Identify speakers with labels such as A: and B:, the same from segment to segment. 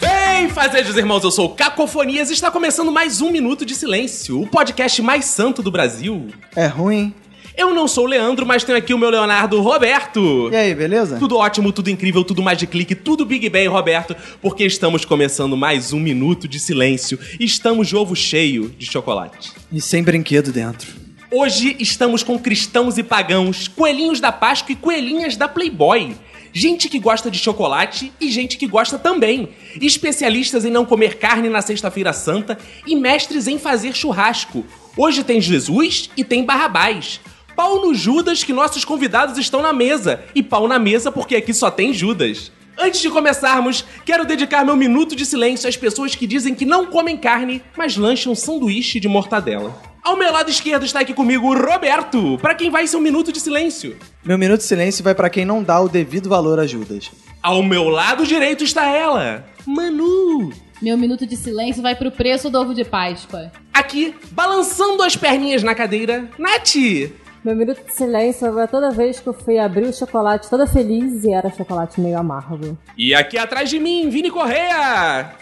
A: Bem, fazejos irmãos, eu sou o Cacofonias e está começando mais um Minuto de Silêncio, o podcast mais santo do Brasil.
B: É ruim.
A: Eu não sou o Leandro, mas tenho aqui o meu Leonardo Roberto.
B: E aí, beleza?
A: Tudo ótimo, tudo incrível, tudo mais de clique, tudo Big Bang, Roberto, porque estamos começando mais um Minuto de Silêncio. Estamos de ovo cheio de chocolate.
B: E sem brinquedo dentro.
A: Hoje estamos com cristãos e pagãos, coelhinhos da Páscoa e coelhinhas da Playboy. Gente que gosta de chocolate e gente que gosta também. Especialistas em não comer carne na Sexta-feira Santa e mestres em fazer churrasco. Hoje tem Jesus e tem Barrabás. Pau no Judas que nossos convidados estão na mesa. E pau na mesa porque aqui só tem Judas. Antes de começarmos, quero dedicar meu minuto de silêncio às pessoas que dizem que não comem carne, mas lancham um sanduíche de mortadela. Ao meu lado esquerdo está aqui comigo o Roberto, para quem vai ser um minuto de silêncio.
B: Meu minuto de silêncio vai pra quem não dá o devido valor a Judas.
A: Ao meu lado direito está ela, Manu.
C: Meu minuto de silêncio vai pro preço do ovo de Páscoa.
A: Aqui, balançando as perninhas na cadeira, Nath.
D: Meu minuto de silêncio era toda vez que eu fui abrir o chocolate toda feliz e era chocolate meio amargo.
A: E aqui atrás de mim, Vini Correia.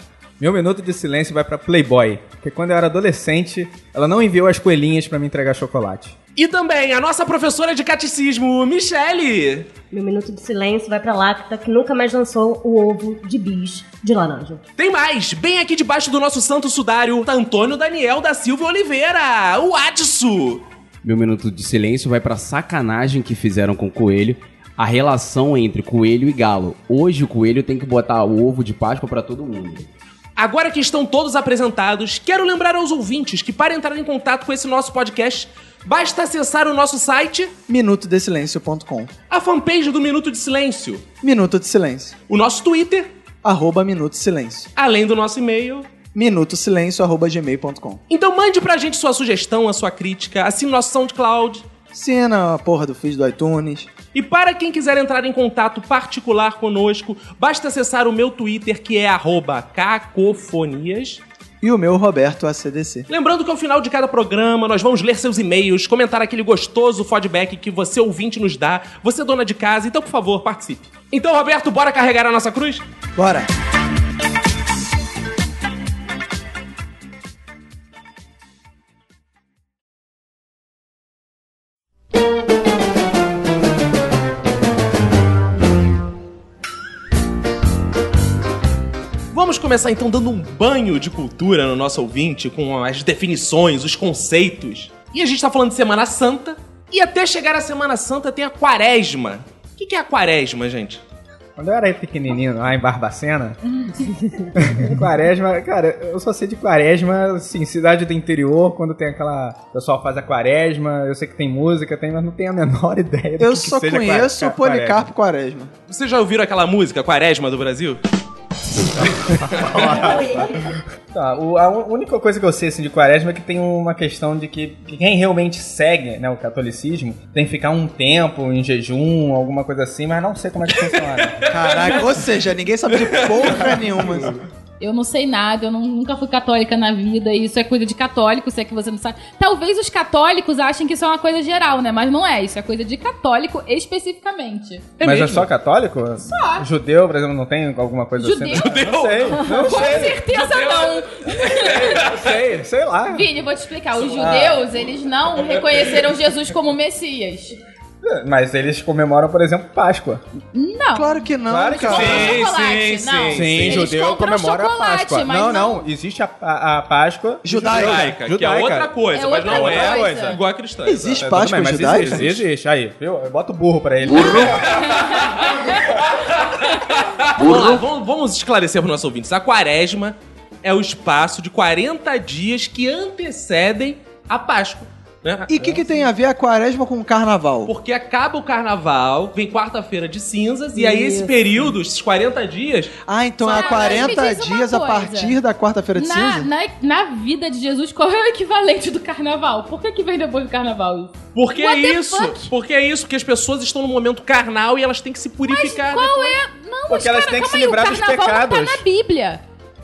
E: Meu minuto de silêncio vai pra Playboy, porque quando eu era adolescente, ela não enviou as coelhinhas pra me entregar chocolate.
A: E também a nossa professora de catecismo, Michele.
F: Meu minuto de silêncio vai pra Lacta, que nunca mais lançou o ovo de bis de laranja.
A: Tem mais! Bem aqui debaixo do nosso santo sudário, tá Antônio Daniel da Silva Oliveira, o Adso!
G: Meu minuto de silêncio vai pra sacanagem que fizeram com o coelho. A relação entre coelho e galo. Hoje o coelho tem que botar o ovo de Páscoa pra todo mundo.
A: Agora que estão todos apresentados, quero lembrar aos ouvintes que para entrar em contato com esse nosso podcast, basta acessar o nosso site,
B: Minutodesilêncio.com
A: a fanpage do Minuto de Silêncio,
B: Minuto de silêncio.
A: o nosso Twitter,
B: Arroba Minuto de silêncio.
A: além do nosso e-mail.
B: Minutosilêncio arroba gmail.com.
A: Então mande pra gente sua sugestão, a sua crítica, assine nosso SoundCloud,
B: Sina, a porra do feed do iTunes.
A: E para quem quiser entrar em contato particular conosco, basta acessar o meu Twitter, que é arroba cacofonias.
B: E o meu Roberto ACDC.
A: Lembrando que ao final de cada programa nós vamos ler seus e-mails, comentar aquele gostoso feedback que você ouvinte nos dá, você é dona de casa, então por favor, participe. Então, Roberto, bora carregar a nossa cruz?
B: Bora!
A: Vamos começar então dando um banho de cultura no nosso ouvinte com as definições, os conceitos. E a gente tá falando de Semana Santa, e até chegar a Semana Santa tem a Quaresma. O que que é a Quaresma, gente?
E: Quando eu era pequenininho, lá em Barbacena, quaresma, cara, eu só sei de quaresma, assim, cidade do interior, quando tem aquela, o pessoal faz a quaresma, eu sei que tem música, tem, mas não tenho a menor ideia do
B: Eu
E: que que
B: só
E: seja quare-
B: conheço o
E: ca- quaresma.
B: Policarpo Quaresma.
A: Vocês já ouviram aquela música Quaresma do Brasil?
E: Tá, o- a un- única coisa que eu sei assim, de quaresma é que tem uma questão de que, que quem realmente segue né, o catolicismo tem que ficar um tempo em jejum, alguma coisa assim, mas não sei como é que funciona.
B: Caraca, ou seja, ninguém sabe de porra nenhuma.
C: Eu não sei nada, eu não- nunca fui católica na vida, e isso é coisa de católico, se é que você não sabe. Talvez os católicos achem que isso é uma coisa geral, né? Mas não é, isso é coisa de católico especificamente.
A: É
E: mas é
A: mesmo?
E: só católico? Judeu, por exemplo, não tem alguma coisa assim?
C: Judeu?
E: Não sei, não
C: Com
E: sei,
C: certeza não!
E: não sei, sei lá.
C: Vini, vou te explicar. Os judeus, eles
E: Ah.
C: não reconheceram Jesus como Messias.
E: Mas eles comemoram, por exemplo, Páscoa.
C: Não.
B: Claro que não,
E: Claro que
B: cara.
E: sim.
C: Compram chocolate,
A: sim,
C: não.
A: sim.
C: Eles compram chocolate, mas
E: Não, não, existe a, a, a Páscoa
B: Judaica.
A: judaica, que é outra coisa,
C: É
A: mas
C: outra
A: não é
C: coisa.
A: igual a cristã.
B: Existe
E: É, tudo
B: Páscoa
E: bem, mas
B: judaica?
E: Existe, existe. Aí, viu? Eu boto burro pra ele. Burro?
A: Vamos lá, vamos, vamos esclarecer para os nossos ouvintes. A quaresma é o espaço de 40 dias que antecedem a Páscoa. né? É.
B: E o que, que tem a ver a quaresma com o carnaval?
A: Porque acaba o carnaval, vem quarta-feira de cinzas, e aí esse
D: Isso.
A: período, esses 40 dias,
B: Ah, então
C: Ah,
B: há
C: mas me
B: 40
C: diz uma
B: dias a
C: coisa.
B: partir da quarta-feira de
C: Na,
B: cinza?
C: na, na vida de Jesus, qual é o equivalente do carnaval? Por que, que vem depois do carnaval isso?
A: Porque
C: What
A: é
C: the
A: isso.
C: fuck?
A: Porque é isso, porque as pessoas estão no momento carnal e elas têm que se purificar. né?
C: Qual é? Não, mas
E: Porque elas
C: cara,
E: têm
C: calma
E: que se
C: aí,
E: livrar
C: o
E: dos
C: carnaval não
E: pecados.
C: tá na Bíblia.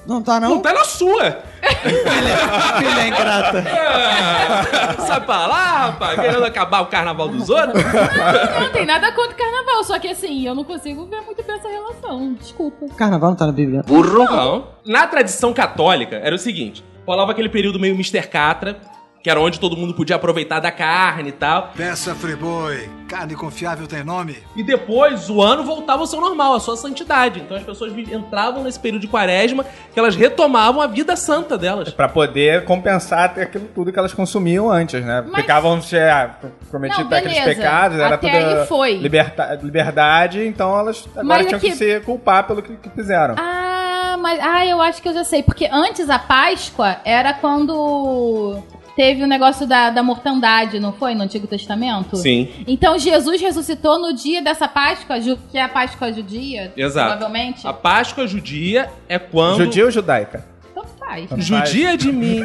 B: Não tá,
A: Não
B: não?
A: tá na sua!
B: Filha ingrata.
A: Ah, Sai pra lá, rapaz, querendo acabar o carnaval dos outros.
C: Não tem nada contra o carnaval, só que assim, eu não consigo ver muito bem essa relação. Desculpa.
B: Carnaval não tá na Bíblia.
A: Não. Na tradição católica, era o seguinte: rolava aquele período meio Mr. Catra, que era onde todo mundo podia aproveitar da carne e tal.
H: Peça Friboi. Carne confiável tem nome?
A: E depois o ano voltava ao seu normal, à sua santidade. Então as pessoas vi- entravam nesse período de quaresma que elas retomavam a vida santa delas.
E: Pra poder compensar até aquilo tudo que elas consumiam antes, né?
C: Mas-
E: Ficavam se, ah, prometidas
C: Não,
E: pra aqueles
C: beleza.
E: pecados, era
C: Até
E: tudo
C: aí foi.
E: liberta- liberdade, então elas agora
C: Mas
E: tinham
C: aqui-
E: que se culpar pelo que, que fizeram.
C: Ah, mas. Ah, eu acho que eu já sei. Porque antes a Páscoa era quando teve o negócio da, da mortandade, não foi? No Antigo Testamento?
A: Sim.
C: Então Jesus ressuscitou no dia dessa Páscoa, ju- que é a Páscoa judia,
A: Exato.
C: provavelmente.
A: A Páscoa judia é
C: Ah.
A: quando.
E: Judia ou judaica?
C: Então faz.
A: Ah. Judia de mim.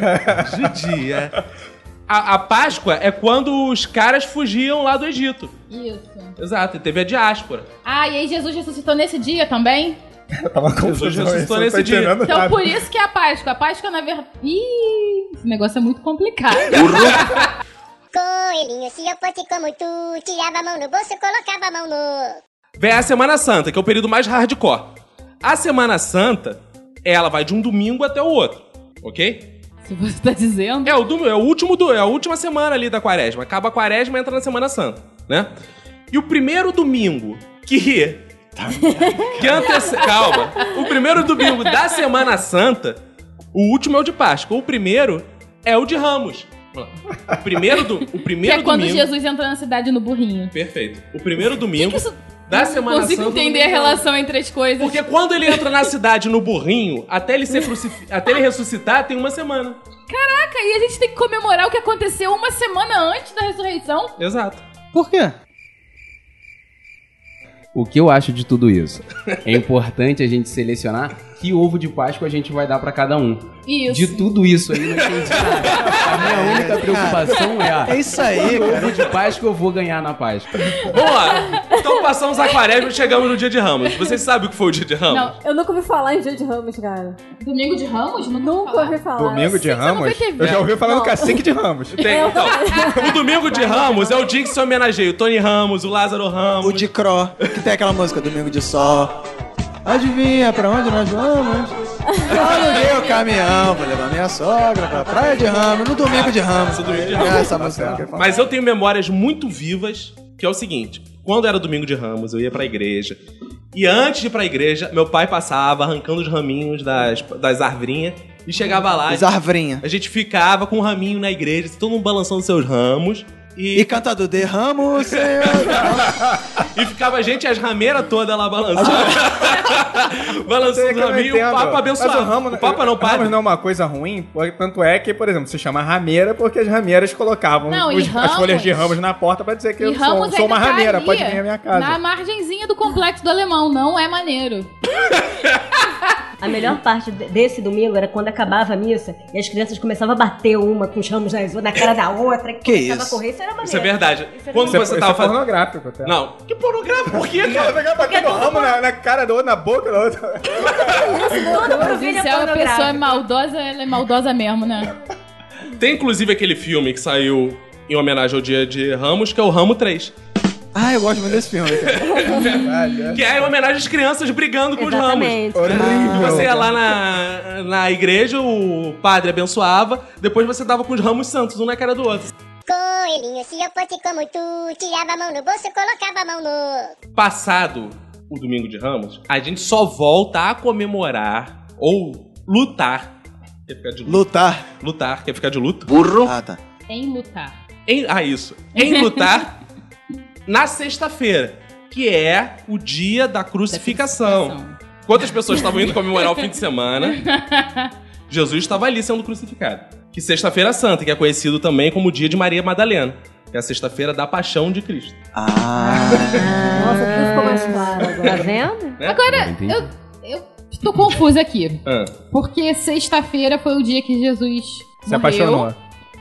A: Judia. A, a Páscoa é quando os caras fugiam lá do Egito.
C: Isso.
A: Exato, e teve a diáspora.
C: Ah, e aí Jesus ressuscitou nesse dia também?
E: Eu tava confuso.
A: Jesus ressuscitou nesse dia.
C: Então por isso que é a Páscoa. A Páscoa, na verdade. Ih, esse negócio é muito complicado.
H: Coelhinho, se eu fosse como tu, tirava a mão no bolso, colocava a mão no...
A: Vem a Semana Santa, que é o período mais hardcore. A Semana Santa, ela vai de um domingo até o outro, ok?
C: Se você tá dizendo.
A: É o, domingo, é o último do, é a última semana ali da quaresma. Acaba a quaresma e entra na Semana Santa, né? E o primeiro domingo que. Tá, que antece... Calma. O primeiro domingo da Semana Santa, o último é o de Páscoa. O primeiro é o de Ramos. O primeiro do. O
C: Que
A: primeiro
C: é quando
A: domingo.
C: Jesus entra na cidade no burrinho.
A: Perfeito. O primeiro
C: Que
A: domingo
C: que isso...
A: da
C: Não
A: Semana
C: consigo
A: Santa. é
C: entender a relação entre as coisas.
A: Porque quando ele entra na cidade no burrinho, até ele ser crucif... até ele ressuscitar, tem uma semana.
C: Caraca, e a gente tem que comemorar o que aconteceu uma semana antes da ressurreição?
A: Exato.
B: Por quê?
G: O que eu acho de tudo isso? É importante a gente selecionar que ovo de Páscoa a gente vai dar pra cada um.
C: Isso.
G: De tudo isso aí, não entendi nada. A minha única preocupação é
B: É
G: a
B: isso aí, cara.
G: ovo de Páscoa eu vou ganhar na Páscoa.
A: Vamos lá. Então passamos a quaresma e chegamos no dia de Ramos. Vocês sabem o que foi o dia de Ramos?
C: Não,
D: Eu nunca ouvi falar em dia de Ramos, cara.
C: domingo de Ramos? Nunca ouvi
D: Nunca
C: falar.
D: ouvi falar.
E: Domingo de
C: Sim, você não
E: Ramos?
C: vê TV.
E: Eu já ouvi falar do
D: Não.
E: cacique de Ramos.
A: Tem-
D: Eu
A: então, o domingo de Ramos é o dia que se homenageia o Tony Ramos, o Lázaro Ramos.
B: O de Cro, que tem aquela música Domingo de Sol. Adivinha pra onde nós vamos? Aluguei o caminhão, vou levar minha sogra pra Praia de Ramos, no Domingo de Ramos.
A: Domingo de
B: É,
A: Ramos,
B: Essa música eu não quero falar.
A: Mas eu tenho memórias muito vivas, que é o seguinte: quando era domingo de Ramos, eu ia pra igreja. E antes de ir pra igreja, meu pai passava arrancando os raminhos das, das arvrinhas e chegava lá.
B: As arvrinhas.
A: A gente ficava com o raminho na igreja, todo mundo balançando seus ramos. E,
B: E canta do Derramo, Senhor.
A: e ficava a gente, as rameiras todas lá balançando.
E: Sei
A: balançando
E: que
A: o
E: eu não
A: raminho,
E: entendo.
A: o Papa abençoava.
E: Mas o ramo,
A: o Papa não,
E: o Ramos
A: padre.
E: não é uma coisa ruim, porque- tanto é que, por exemplo, se chama rameira porque as rameiras colocavam
C: Não, e
E: os- as
C: Ramos-
E: folhas de ramos na porta pra dizer que
C: E
E: eu sou, um,
C: Ramos
E: sou uma
C: ainda
E: rameira,
C: caía
E: pode vir à minha
C: Na
E: casa.
C: margenzinha do complexo do alemão, não é maneiro.
F: A melhor parte de- desse domingo era quando acabava a missa e as crianças começavam a bater uma com os ramos nas- na cara da outra.
B: Que
F: começava
B: isso?
F: A correr, isso era maneiro.
A: Isso é verdade. Quando
E: Isso é,
A: você
E: isso
A: tava
E: é
A: fazendo.
E: pornográfico até.
A: Não. Que pornográfico? Por quê,
E: Ela
A: cara?
E: ficava batendo
F: Porque é
E: ramo na, na cara da outra, na boca da outra.
F: Toda
C: Meu Deus do
F: província
C: céu, a pessoa é
F: pornográfica.
C: maldosa, ela é maldosa mesmo, né?
A: Tem inclusive aquele filme que saiu em homenagem ao dia de Ramos, que é o Ramo 3.
B: Ah, eu gosto muito desse filme. cara.
A: Que é em homenagem às crianças brigando com os ramos.
F: Exatamente.
B: É
A: E você ia lá na, na igreja, o padre abençoava, depois você dava com os ramos santos, um na cara do outro.
H: Coelhinho, se eu fosse como tu, tirava a mão no bolso, colocava a mão no...
A: Passado o domingo de ramos, a gente só volta a comemorar ou lutar. Quer ficar de luto?
B: Ah, Lutar.
A: Lutar, quer ficar de luto?
B: Ah, tá.
C: Em lutar.
A: Em- ah, isso. Em lutar na sexta-feira, que é o dia da crucificação. Quantas pessoas estavam indo comemorar o fim de semana? Jesus estava ali sendo crucificado. que Sexta-feira Santa, que é conhecido também como Dia de Maria Madalena, que é a Sexta-feira da Paixão de Cristo.
B: Ah.
D: Nossa, tudo ficou mais claro
F: Tá
D: agora.
F: vendo?
G: Não
C: Agora,
G: entendi.
C: eu, eu estou confusa aqui.
A: Ah.
C: Porque sexta-feira foi o dia que Jesus
E: Se
C: morreu.
E: apaixonou.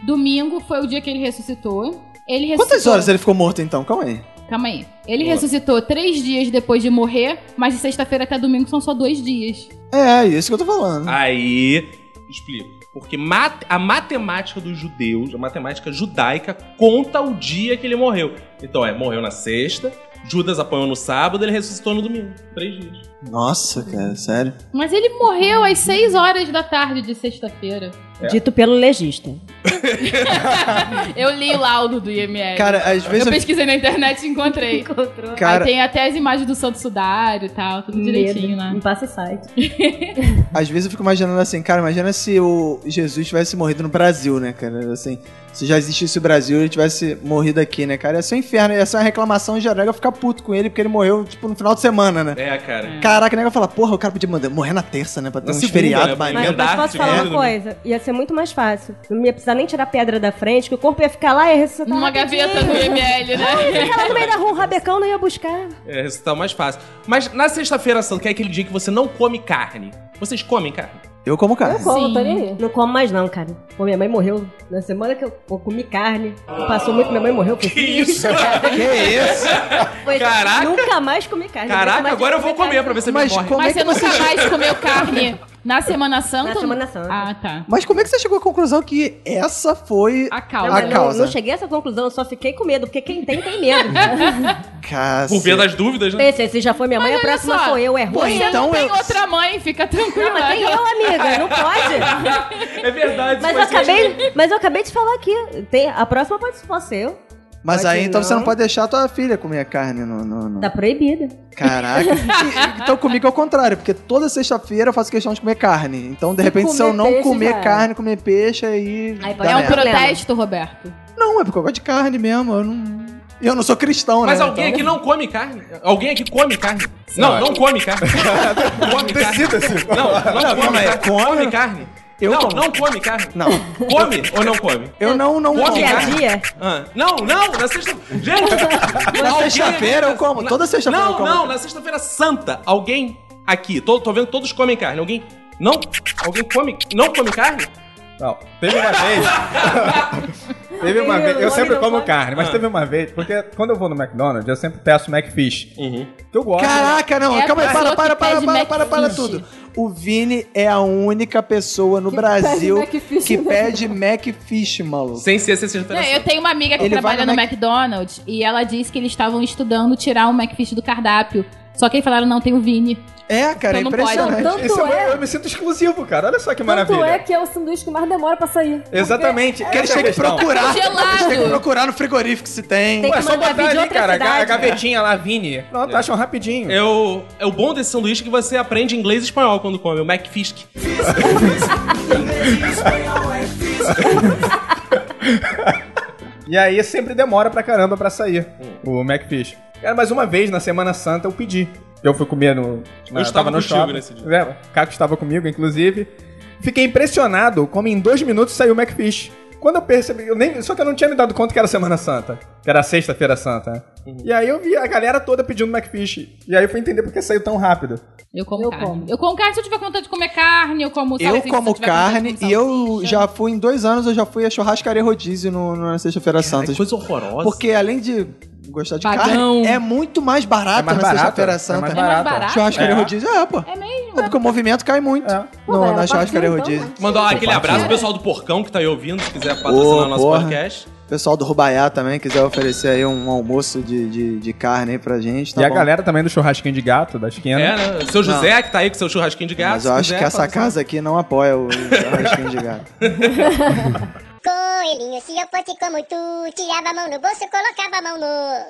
C: Domingo foi o dia que ele ressuscitou. Ele ressuscitou...
B: Quantas horas ele ficou morto então? Calma aí.
C: Calma aí. Ele ressuscitou três dias depois de morrer, mas de sexta-feira até domingo são só dois dias.
B: É, isso que eu tô falando.
A: Aí, explico. Porque mate- a matemática dos judeus, a matemática judaica, conta o dia que ele morreu. Então é, morreu na sexta, Judas apanhou no sábado, ele ressuscitou no domingo. Três dias.
B: Nossa, cara, sério.
C: Mas ele morreu às seis horas da tarde de sexta-feira.
A: É.
F: Dito pelo legista.
C: Eu li o laudo do IML.
B: Cara, às vezes
C: É, eu
B: eu,
C: pesquisei na internet e encontrei.
F: Encontrou.
C: Aí
B: cara,
C: tem até as imagens do Santo Sudário e tal, tudo direitinho, né?
F: Não passa Um site.
B: às vezes eu fico imaginando assim, cara, imagina se o Jesus tivesse morrido no Brasil, né, cara? Assim, se já existisse o Brasil, ele tivesse morrido aqui, né, cara? Ia ser um inferno, ia ser uma reclamação geral, eu ia ficar puto com ele, porque ele morreu, tipo, no final de semana, né?
A: É, cara.
B: Caraca, o nego ia falar, porra, o cara podia mandar, morrer na terça, né? Pra ter
A: Na
B: uns
A: segunda, né?
B: feriados
A: Mas-
B: maneiros.
F: Mas,
A: Andar,
F: posso falar
A: segundo,
F: uma
A: né?
F: coisa? Ia ser muito mais fácil. Não ia precisar nem tirar pedra da frente, que o corpo ia ficar lá e ia ressuscitar.
C: Numa
F: rapidinho.
C: gaveta do IML, né?
F: Ia ficar lá no meio da rua, o rabecão não ia buscar.
A: É, ressuscitar mais fácil. Mas na sexta-feira santa, que é aquele dia que você não come carne. Vocês comem carne?
B: Eu como cara.
D: Eu como,
C: Sim.
D: tô nem aí.
F: Não como mais não, cara. Pô, minha mãe morreu. Na semana que eu, eu comi carne, passou muito, minha mãe morreu. Que
A: isso?
B: Que isso?
A: Caraca!
F: Nunca mais comi carne. Nunca
A: Caraca,
F: mais
A: agora eu vou comer pra ver se
B: Mas
A: ele morre.
B: como
C: Mas
B: é
C: você
B: que
C: nunca
B: você...
C: mais comeu carne na Semana Santa?
F: Na Semana Santa.
C: Ah, tá.
B: Mas como é que você chegou à conclusão que essa foi...
C: A
F: Não,
C: calma.
B: A
F: mas não,
B: causa.
F: não cheguei a essa conclusão, eu só fiquei com medo, porque quem tem, tem medo.
B: Cacete.
A: Por via das dúvidas, né?
F: Pensei, se já foi minha mãe,
C: Mas
F: a
C: olha
F: próxima
C: só,
F: sou eu, é
B: Pô,
F: ruim.
C: Você
B: então
C: não tem
B: eu...
C: outra mãe, fica tranquila.
F: Não, mas tem eu, amiga, não pode.
A: É verdade.
F: Mas eu,
A: faz sentido.
F: acabei, mas eu acabei de falar aqui. Tem, a próxima pode ser você. eu.
B: Mas
F: Pode
B: aí então
F: não.
B: você não pode deixar a tua filha comer a carne no. no- no-
F: Tá proibida.
B: Caraca. E- então comigo é o contrário, porque toda sexta-feira eu faço questão de comer carne. Então, de
D: Se
B: repente, se eu
D: comer
B: não
D: peixe, já
B: comer
D: era.
B: carne, comer peixe, aí.
F: Aí
B: dá
F: pode-
C: É um
B: merda.
F: problema.
C: protesto, Roberto.
B: Não, é porque eu gosto de carne mesmo. Eu não, e eu não sou cristão,
A: Mas
B: né?
A: alguém aqui não come carne? Alguém aqui come carne? Não, não come carne. come carne.
E: Decida-se.
A: Não,
B: Não,
A: não, come,
B: calma aí.
A: carne.
B: Come?
A: Come carne.
B: Eu
A: não,
B: como.
A: não come carne.
B: Não.
A: Come ou não come?
B: Eu não, não
A: Pode
B: como.
F: Dia a
A: Cara.
F: dia.
A: Ah, não, não, na sexta... Gente!
B: Na
A: alguém-
B: sexta-feira eu como,
A: Na-
B: toda sexta-feira eu
A: Não,
B: como.
A: não, na sexta-feira santa, alguém aqui, tô, tô vendo que todos comem carne, alguém... Não, alguém come, não come carne?
E: Não, teve uma vez. teve uma vez. Eu sempre como carne,
A: Ah.
E: mas teve uma vez. Porque quando eu vou no McDonald's, eu sempre peço McFish.
B: Uhum.
E: Que eu gosto.
B: Caraca, não,
C: É a
B: calma aí,
C: pessoa
B: para,
C: que
B: para, para,
C: pede
B: para, para, para
C: Macfish.
B: tudo. O Vini é a única pessoa no
D: Que
B: Brasil
D: pede Macfish
C: né?
B: que
D: no
B: pede Macfish, maluco.
A: Sem ser
C: Não,
A: sexta-feira
C: eu tenho uma amiga que
B: Ele vai
C: trabalha no
B: no
C: McDonald's e ela disse que eles estavam estudando tirar o McFish do cardápio. Só que aí falaram, não, tem o Vini.
B: É, cara, é
C: Então não pode.
B: impressionante.
D: Tanto
E: Isso eu,
D: é-
E: eu me sinto exclusivo, cara. Olha só que
C: Então
D: Tanto
E: maravilha.
D: é que é o sanduíche que mais demora pra sair.
E: Exatamente.
B: Que eles
E: essa é a
B: têm que
E: questão.
B: procurar.
C: Gelado.
B: Eles têm que procurar no frigorífico se tem.
F: Tem
E: Ué,
F: que
E: é só botar
F: mandar vídeo de
E: ali,
F: outra
E: cara.
F: cidade.
E: A a gavetinha lá, Vini. Pronto, tá, acham rapidinho.
A: É o, é o bom desse sanduíche que você aprende inglês e espanhol quando come, o McFisk.
E: E aí sempre demora pra caramba pra sair o McFish. Cara, mas uma vez na Semana Santa eu pedi. Eu fui comer no. na-
A: estava
E: tava no
A: contigo
E: shopping.
A: nesse dia.
E: É, o Caco estava comigo, inclusive. Fiquei impressionado como em dois minutos saiu o McFish. Quando eu percebi, eu nem, só que eu não tinha me dado conta que era Semana Santa. Que era sexta-feira santa. né? E aí eu vi a galera toda pedindo McFish. E aí eu fui entender por que saiu tão rápido. É
C: Eu como
D: Eu
C: carne.
D: como.
C: Eu como carne se eu tiver com vontade de comer carne, eu como
B: Eu
C: salsicha, se
B: como
C: tiver com vontade
B: carne
C: de
B: e
C: comer
B: eu
C: salsicha.
B: já fui em dois anos, eu já fui a churrascaria rodízio no, na sexta-feira santa.
A: É coisa horrorosa.
B: Porque além de gostar de
C: Pagão.
B: carne, é muito mais barato
E: É mais
B: na
E: barato,
B: sexta-feira
E: é
B: santa.
E: mais
C: É mais
E: barato.
C: barato?
B: Churrascaria
E: É.
B: rodízio, é, pô.
C: É mesmo?
B: É porque o movimento cai muito
E: É.
B: no-
D: Pô,
B: na
D: galera,
B: churrascaria
D: partiu, então,
B: rodízio.
C: né?
A: Mandar aquele
E: Compartilha.
A: abraço pro pessoal do Porcão que tá aí ouvindo, se quiser patrocinar
B: Ô,
A: o nosso
B: porra.
A: podcast.
B: Pessoal do Rubaiá também, quiser oferecer aí um almoço de, de, de carne aí pra gente, tá
E: e a
B: bom.
E: galera também do churrasquinho de gato, da esquina.
A: É, né? Seu José, que tá aí com seu churrasquinho de gato.
B: Mas eu
A: se
B: acho
A: quiser,
B: que essa
A: patrocinar.
B: casa aqui não apoia o churrasquinho de gato.
H: Coelhinho, se eu fosse como tu, tirava a mão no bolso, colocava a mão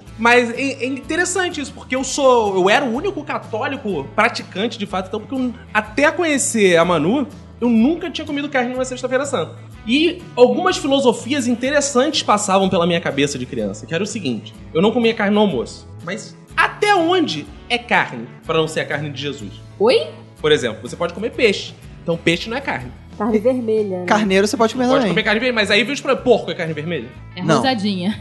H: no.
A: Mas é, é interessante isso, porque eu sou. Eu era o único católico praticante, de fato, então, porque eu, até conhecer a Manu, eu nunca tinha comido carne numa sexta-feira santa. E algumas filosofias interessantes passavam pela minha cabeça de criança, que era o seguinte: eu não comia carne no almoço. Mas até onde é carne, pra não ser a carne de Jesus?
C: Oi?
A: Por exemplo, você pode comer peixe. Então peixe não é carne.
D: Carne vermelha. né?
B: Carneiro você pode comer
A: Pode
B: também.
A: comer carne vermelha, mas aí vem os problemas. Porco é carne vermelha?
C: É
B: Não.
C: rosadinha.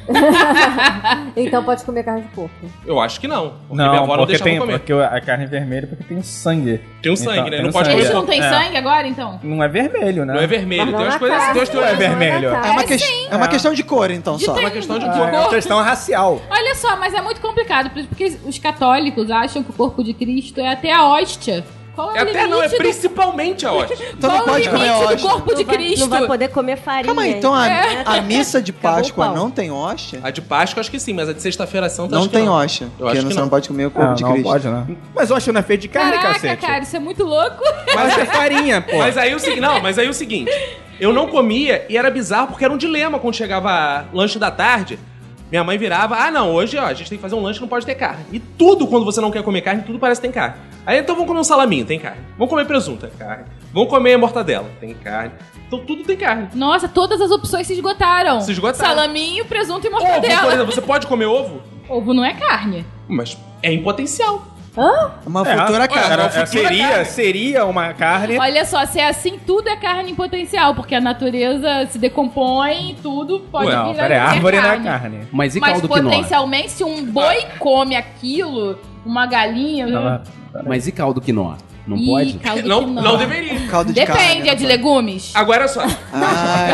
D: Então pode comer carne de porco.
A: Eu acho que não. Porque minha
E: Não,
A: avó não
E: porque,
A: deixava
E: tem,
A: comer.
E: porque a carne é vermelha porque tem o sangue.
A: Tem um
E: Então,
A: sangue, né?
E: tem
A: Não
E: um
A: pode
E: sangue.
C: Eles
A: comer.
C: não têm
E: É.
C: sangue agora, então?
E: Não é vermelho, né?
A: Não é vermelho.
D: Mas
A: Tem
D: não
A: umas
D: na
A: coisas assim,
D: carne,
A: tem umas teorias.
D: não
E: é vermelho.
D: na
B: É uma,
D: carne.
C: É,
B: ques-
C: sim.
B: é uma questão de cor, então,
C: De
B: só.
A: É uma
C: tem-
A: questão de
E: Ah,
A: cor.
E: é uma questão racial.
C: Olha só, mas é muito complicado, porque os católicos acham que o corpo de Cristo é até a hóstia. Qual é,
A: É
C: o
A: até
C: limite
A: não, é
C: do...
A: principalmente a hóstia.
B: Então
C: qual
B: não
C: o
B: pode comer
C: limite do
B: hóstia.
C: corpo de
F: não vai-
C: Cristo?
F: Não vai poder comer farinha.
B: Calma aí, então a,
F: hein?
B: a missa de
F: Acabou o
B: Páscoa
F: pau.
B: não tem hóstia?
A: A de Páscoa acho que sim, mas a de sexta-feira santa
B: Não
A: acho que
B: tem
A: não.
B: hóstia. Porque
A: acho
B: não-
A: que
B: você não
A: não.
B: pode comer o corpo
E: Ah,
B: de
E: não
B: Cristo.
E: pode, né? Mas eu acho que não é feito de carne,
C: Caraca,
E: cacete.
C: cara, isso é muito louco.
E: Mas é farinha, pô.
A: Mas aí, o seguinte, não, mas aí o seguinte, eu não comia e era bizarro porque era um dilema quando chegava lanche da tarde. Minha mãe virava, ah não, hoje ó, a gente tem que fazer um lanche, não pode ter carne. E tudo quando você não quer comer carne, tudo parece que tem carne. Aí então vamos comer um salaminho, tem carne. Vamos comer presunto, tem carne. Vamos comer mortadela, tem carne. Então tudo tem carne.
C: Nossa, todas as opções se esgotaram.
A: Se esgotaram.
C: Salaminho, presunto e
A: Ovo, por
C: mortadela.
A: exemplo, você pode comer ovo,
C: Ovo, não é carne.
A: mas é em potencial.
B: Uma
E: É,
B: futura cara.
E: era-
A: uma futura
E: seria,
A: carne.
E: seria uma carne.
C: Olha só, se é assim, tudo é carne em potencial, porque a natureza se decompõe, tudo pode
E: Ué, não,
C: virar
E: peraí,
C: e ser
E: árvore
C: carne.
E: não é carne.
G: Mas e
C: Mas
G: caldo
A: é.
G: quinoa?
C: potencialmente, se um boi come aquilo, uma galinha... um
E: Ela-
G: Mas e caldo quinoa? Não
C: Ih,
G: pode?
C: caldo
A: Não,
C: quinoa.
A: não deveria.
B: Caldo de
C: Depende,
B: carne.
C: é de legumes?
A: Agora só,
B: Ah,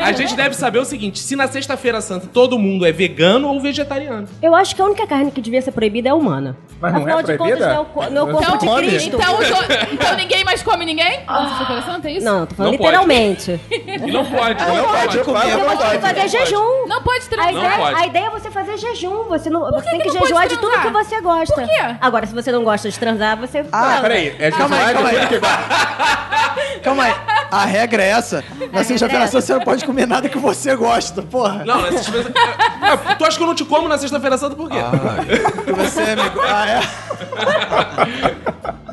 B: é.
A: a gente deve saber o seguinte, se na sexta-feira santa todo mundo é vegano ou vegetariano.
F: Eu acho que a única carne que devia ser proibida é a humana.
E: Mas não é
F: Afinal de
E: proibida?
F: contas, não é o, co- não é o
E: Então,
F: corpo de
E: come?
F: Cristo.
C: Então, jo- então ninguém mais come ninguém? Ah. Sexta-feira Santa, é isso?
F: Não, tô falando
A: Não pode.
F: literalmente.
A: E não pode, não, pode.
E: Eu falo,
F: Eu
E: não
F: acho que
E: pode.
F: fazer jejum.
C: Não pode
F: A
C: transar.
F: ideia,
A: pode.
F: a ideia é você fazer jejum. Você, não, você tem
C: que
F: que,
C: não pode
F: jejuar de tudo que
C: transar?
F: você gosta.
C: Por quê?
F: Agora, se você não gosta de transar, você.
B: Ah,
E: Peraí, é
B: Calma aí,
E: jejuar de
B: calma aí.
E: tudo que gosta.
B: Calma aí. A regra é essa. Na sexta-feira
F: é essa.
B: você não pode comer nada que você gosta, porra.
A: Não, na sexta-feira. Ah, tu acha que eu não te como na sexta-feira santa por quê?
B: Porque você é amigo. Ah,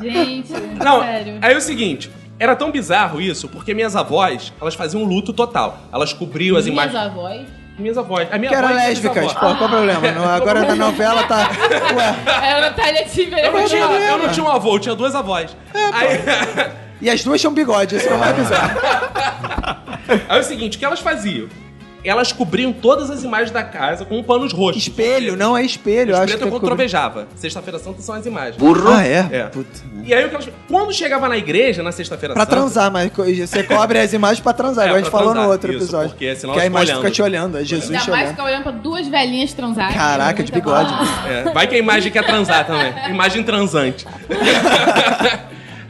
B: é?
C: Gente,
A: não,
C: sério.
A: aí é o seguinte. Era tão bizarro isso, porque minhas avós, elas faziam um luto total. Elas cobriam as
C: Minhas
A: imagens.
C: avós.
A: Minhas avós. A minha
B: Que eram
A: avó e minhas
B: lésbicas,
A: avós.
B: porra. Qual o problema? Não, agora na novela tá... Ué.
C: É a Natália Timber.
A: Eu não, tinha,
B: problema.
A: eu não tinha um avô, eu tinha duas avós.
B: É,
A: aí,
B: E as duas tinham bigode, isso que é o mais bizarro.
A: aí é o seguinte, o que elas faziam? Elas cobriam todas as imagens da casa com panos roxos.
B: Espelho, não é espelho. eu acho
A: Preto
B: que
A: eu
B: é cobrido.
A: controvejava. Sexta-feira santa são as imagens.
B: Ah, é?
A: É.
B: Puta.
A: E aí o que elas... Quando chegava na igreja, na sexta-feira
B: Pra
A: santa...
B: transar, mas co- você cobre as imagens pra transar,
A: É,
B: igual a gente
A: pra
B: falou no
A: transar,
B: outro
A: isso,
B: episódio.
A: porque senão
B: que a
A: elas
B: imagem
A: ficam
B: fica te olhando, é Jesus te
C: Ainda mais
B: olhando.
C: ficar olhando pra duas velhinhas transarem.
B: Caraca,
C: Muito
B: de bigode.
C: bom.
A: É, vai que a imagem quer transar também. Imagem transante.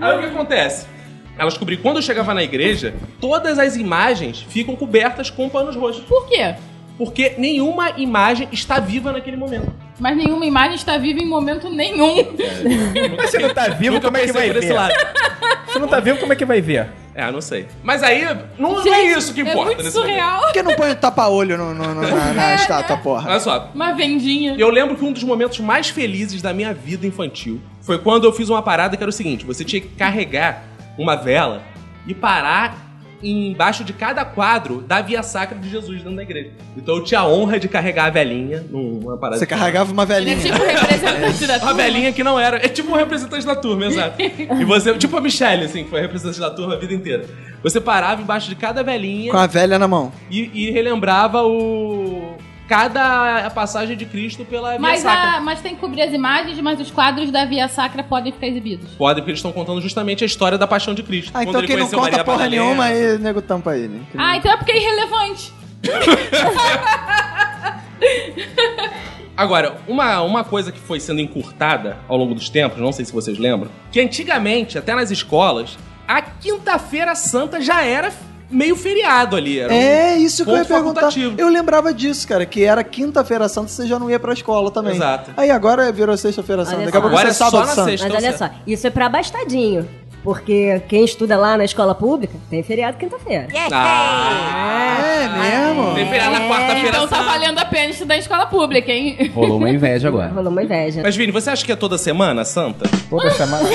A: Aí o que acontece? Elas descobriram que quando eu chegava na igreja, todas as imagens ficam cobertas com panos roxos.
C: Por quê?
A: Porque nenhuma imagem está viva naquele momento.
C: Mas nenhuma imagem está viva em momento nenhum.
E: Mas você não tá vivo,
A: Nunca
E: como é que
A: pensei
E: vai
A: por esse
E: ver?
A: lado.
E: Você não tá vivo, como é que vai ver?
A: É, não sei. Mas aí, não, não é isso que importa.
C: É muito
A: nesse momento.
C: surreal.
B: Por que não põe o tapa-olho no- no- no- na, na estátua, porra?
A: Olha só,
C: Uma vendinha.
A: E eu lembro que um dos momentos mais felizes da minha vida infantil foi quando eu fiz uma parada que era o seguinte: você tinha que carregar uma vela e parar embaixo de cada quadro da Via Sacra de Jesus dentro da igreja. Então eu tinha a honra de carregar a velinha numa parada.
B: Você
A: de-
B: carregava uma
C: Ele é
B: velhinha.
C: tipo representante da
A: Uma
C: turma.
A: velhinha que não era. É tipo um representante da turma, exato. E você, tipo a Michelle, assim, que foi representante da turma a vida inteira. Você parava embaixo de cada velhinha
B: Com a velha na mão.
A: e, e relembrava o. cada passagem de Cristo pela Via
C: Mas,
A: Sacra.
C: a, mas tem que cobrir as imagens, mas os quadros da Via Sacra podem ficar exibidos.
A: Podem, porque eles estão contando justamente a história da paixão de Cristo.
B: Ah,
A: Quando
B: então
A: ele
B: quem não
A: conheceu
B: conta
A: Maria
B: porra
A: Madalena.
B: nenhuma, é- aí nego tampa ele. né?
C: Ah, então é porque é irrelevante.
A: Agora, uma, uma coisa que foi sendo encurtada ao longo dos tempos, não sei se vocês lembram, que antigamente, até nas escolas, a quinta-feira santa já era meio feriado ali. Era um-
B: É isso que eu ia
A: ponto
B: perguntar.
A: facultativo.
B: Eu lembrava disso, cara, que era quinta-feira santa você já não ia pra escola também.
A: Exato.
B: Aí agora virou sexta-feira santa.
F: Olha
B: Daqui a
F: só.
B: pouco
A: Agora
B: é
A: é só
B: sábado
A: na
B: santo.
A: sexta.
F: Mas olha só, isso é pra bastadinho. Porque quem estuda lá na escola pública tem feriado quinta-feira.
A: Ah,
B: É mesmo?
A: tem feriado na quarta-feira
C: Então tá
A: santa.
C: valendo a pena estudar em escola pública, hein?
G: Rolou uma inveja agora.
F: Rolou uma inveja.
A: Mas, Vini, você acha que é toda semana santa?
E: Toda semana.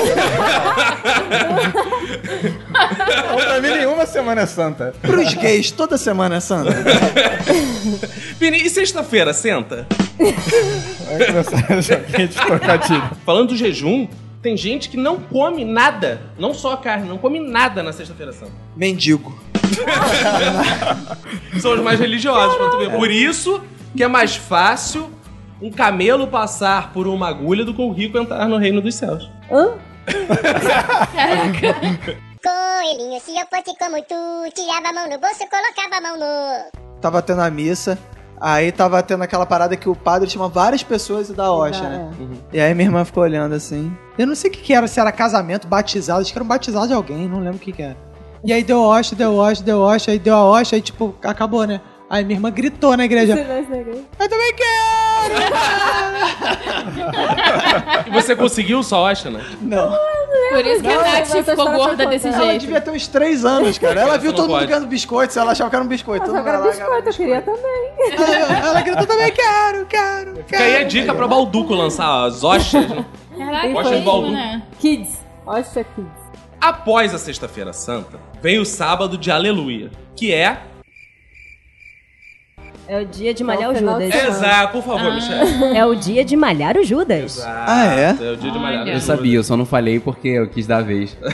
E: Ou pra mim, nenhuma semana é santa.
B: Pros gays, toda semana é santa.
A: Vini, e sexta-feira senta?
E: Vai começar a joguinho de trocadilho.
A: Falando do jejum, Tem gente que não come nada, não só carne, não come nada na Sexta-feira Santa.
B: Mendigo.
A: São os mais religiosos, pra tu ver. Por isso que é mais fácil um camelo passar por uma agulha do que um rico entrar no reino dos céus.
D: Hã?
H: Coelhinho, se eu fosse como tu, tirava a mão no bolso, colocava a mão no.
B: Tava tendo a missa. Aí tava tendo aquela parada que o padre chama várias pessoas e dá hoxa,
C: Tá.
D: Ah,
B: né?
D: é.
B: E aí minha irmã ficou olhando assim. Eu não sei o que, que era, se era casamento, batizado, acho que era um batizado de alguém, não lembro o que, que era. E aí deu hoxa, deu hoxa, deu hoxa, aí deu a hoxa, aí tipo, acabou, né? Aí minha irmã gritou na igreja.
D: Silêncio na igreja.
B: Eu também quero!
A: E você conseguiu né? sua Oshana?
B: Não.
C: Por isso que a
D: Não,
C: Nath
D: mas a
C: ficou
D: história
C: gorda
D: foi
C: desse
D: contada.
B: Ela
C: jeito.
B: devia ter uns três anos, cara. Ela viu
A: Não
B: todo mundo
A: pode.
B: ganhando biscoitos, ela achava que era um biscoito.
D: Mas
B: Todo
D: eu
B: mundo ia
D: quero
B: lá, ganhava
D: biscoito, eu queria também.
B: biscoito. Ela, ela gritou também, quero, quero, quero.
A: Fica aí a dica pra Balduco lançar as Oshas. né?
C: Caraca,
D: Gosta de
C: mesmo,
A: Baldu?
C: né?
D: Kids. Osha Kids.
A: Após a Sexta-feira Santa, vem o sábado de Aleluia, que é.
F: É o dia de
C: Então
F: malhar
D: É o
F: o
D: final
F: Judas.
D: de-
A: Exato, por favor, Michel.
F: É o dia de malhar o Judas.
B: Ah, é?
A: É o dia de
C: Olha.
A: malhar.
G: Eu sabia, eu só não falei porque eu quis dar a vez. pra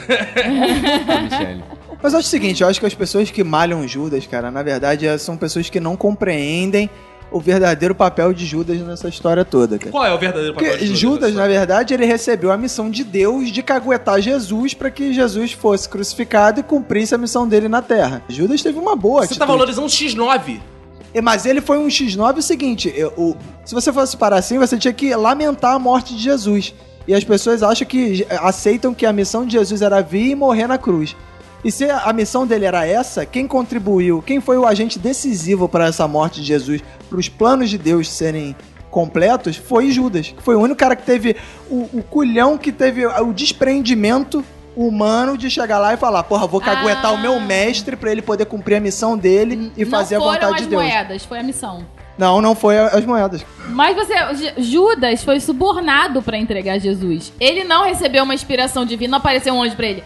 G: Michelle.
B: Mas eu acho o seguinte, eu acho que as pessoas que malham Judas, cara, na verdade é- são pessoas que não compreendem o verdadeiro papel de Judas nessa história toda, cara.
A: Qual é o verdadeiro papel
B: Porque
A: de né?
B: Judas,
A: nessa
B: na verdade, ele recebeu a missão de Deus de caguetar Jesus pra que Jesus fosse crucificado e cumprisse a missão dele na terra. Judas teve uma boa
A: Você tá
B: atitude.
A: valorizando o X9.
B: É, Mas ele foi um X9 o seguinte, eu- o- se você fosse parar assim, você tinha que lamentar a morte de Jesus. E as pessoas acham que eh, aceitam que a missão de Jesus era vir e morrer na cruz. E se a missão dele era essa, quem contribuiu, quem foi o agente decisivo para essa morte de Jesus, para os planos de Deus serem completos, foi Judas, que foi o único cara que teve o, o culhão que teve o desprendimento humano de chegar lá e falar, porra, vou caguetar
C: Ah.
B: o meu mestre para ele poder cumprir a missão dele e
C: Não
B: fazer a
C: foram
B: vontade
C: as
B: de Deus.
C: moedas, foi a missão.
B: Não, não foi a- as moedas.
C: Mas você, Ju- Judas foi subornado pra entregar Jesus. Ele não recebeu uma inspiração divina, não apareceu um anjo pra ele.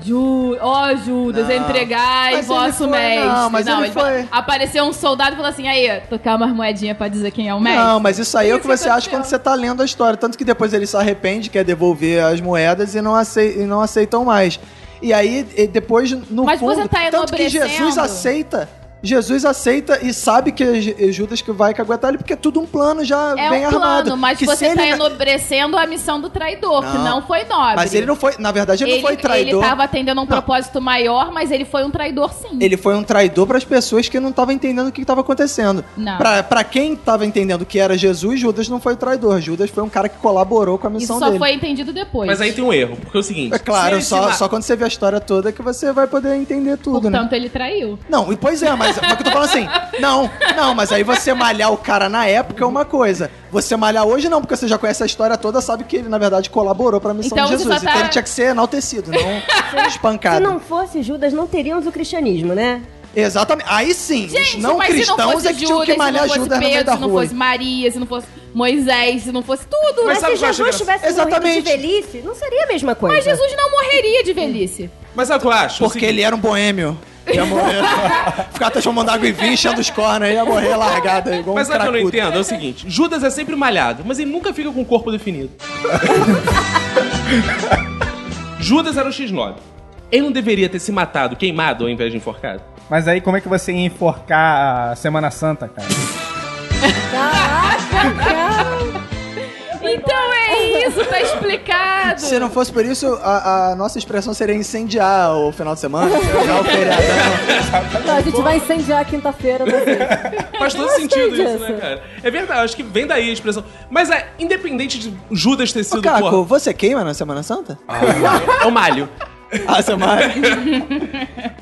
C: Ju, ó Judas,
B: Não.
C: entregai
B: Mas ele
C: vosso
B: foi,
C: mestre.
B: não, mas ele foi.
C: Apareceu um soldado e falou assim: aí, tocar umas moedinhas pra dizer quem é o mestre.
B: Não, mas isso aí é o
C: Isso
B: que você acha
C: aconteceu.
B: quando você tá lendo a história. Tanto que depois ele se arrepende, quer devolver as moedas e não, acei- e não aceitam mais. E aí, e depois, no
C: Mas
B: fundo,
C: você tá
B: tanto que Jesus
C: enobrecendo.
B: aceita. Jesus aceita e sabe que é Ju- é Judas que vai caguetar ele, porque é tudo um plano já
C: é
B: bem
C: um
B: armado.
C: plano, mas
B: que se
C: você tá
B: ele-
C: enobrecendo a missão do traidor, que
B: Não.
C: não foi nobre.
B: Mas ele não foi, na verdade, ele, não foi traidor.
C: Ele tava atendendo a um
B: Não.
C: propósito maior, mas ele foi um traidor sim.
B: Ele foi um traidor para as pessoas que não estavam entendendo o que estava acontecendo.
C: Não.
B: Pra pra quem estava entendendo que era Jesus, Judas não foi traidor. Judas foi um cara que colaborou com a missão
C: Isso só
B: dele.
C: foi entendido depois.
A: Mas aí tem um erro, porque é o seguinte.
B: É
A: se
B: claro,
A: ele
B: só,
A: se ma-
B: só quando você vê a história toda que você vai poder entender tudo, né?
C: Portanto, ele traiu.
B: Não, e pois é, mas, mas que eu tô falando assim, não, não, mas aí você malhar o cara na época é uma coisa. Você malhar hoje não, porque você já conhece a história toda, sabe que ele, na verdade, colaborou pra missão
C: Então
B: de
C: você
B: Jesus.
C: só tá-
B: Então ele tinha que ser enaltecido, não
F: Se
B: espancado.
F: não fosse Judas, não teríamos o cristianismo, né?
B: Exatamente. Aí sim, os
C: Gente,
B: não
C: mas se não
B: cristãos
C: fosse
B: é que tinham que
C: Judas,
B: malhar
C: se não
B: Judas
C: fosse
B: no meio
C: Pedro,
B: da
C: se não
B: rua.
C: fosse Maria, se não fosse Moisés, se não fosse tudo.
A: Mas
F: Mas,
A: sabe é o
F: se
A: que eu acho
F: Jesus
A: engraçado?
F: tivesse morrido de
B: Exatamente.
F: velhice, não seria a mesma coisa.
C: Mas Jesus não morreria de velhice.
A: Mas sabe o que eu acho?
B: Porque ele era um boêmio. Ia morrer. Ficar transformando água em vinho, enchendo os cornos, ia morrer largado, igual
A: Mas
B: um
A: sabe o que eu não
B: cracudo.
A: entendo? É o seguinte: Judas é sempre malhado, mas ele nunca fica com o corpo definido. Judas era o X9. Ele não deveria ter se matado, queimado ao invés de enforcado?
E: Mas aí como é que você ia enforcar a Semana Santa, cara?
C: Então é isso, tá explicado.
B: Se não fosse por isso, a, a nossa expressão seria incendiar o final de semana, incendiar o feriadão.
F: Então,
D: Não, a gente vai incendiar a quinta-feira. vocês.
A: Faz todo
D: Gostei
A: sentido isso,
D: disso.
A: né, cara? É verdade, acho que vem daí a expressão. Mas é, independente de Judas ter
B: Ô,
A: sido
B: Caco, Ah,
A: porra,
B: você queima na Semana Santa?
A: é o malho.
B: Ah, semana.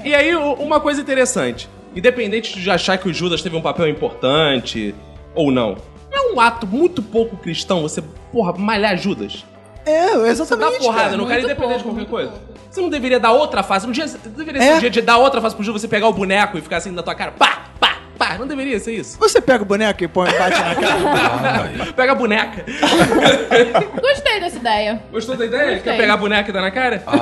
A: E aí, u- uma coisa interessante. Independente de achar que o Judas teve um papel importante ou não, é um ato muito pouco cristão você, porra, malhar Judas.
B: É,
A: Você dá
B: exatamente.
A: porrada
B: cara.
A: no cara
C: Muito
A: independente de
C: pouco,
A: qualquer
C: muito
A: coisa. Você não deveria dar outra face. Um dia, deveria ser
B: É.
A: um dia de dar outra face pro Judas, você pegar o boneco e ficar assim na tua cara. Pá, pá, pá. Não deveria ser isso.
B: Você pega o boneco e põe bate na cara.
A: Pega a boneca.
C: Gostei dessa ideia.
A: Gostou da ideia?
C: Gostei.
A: Quer pegar a boneca e dar na cara?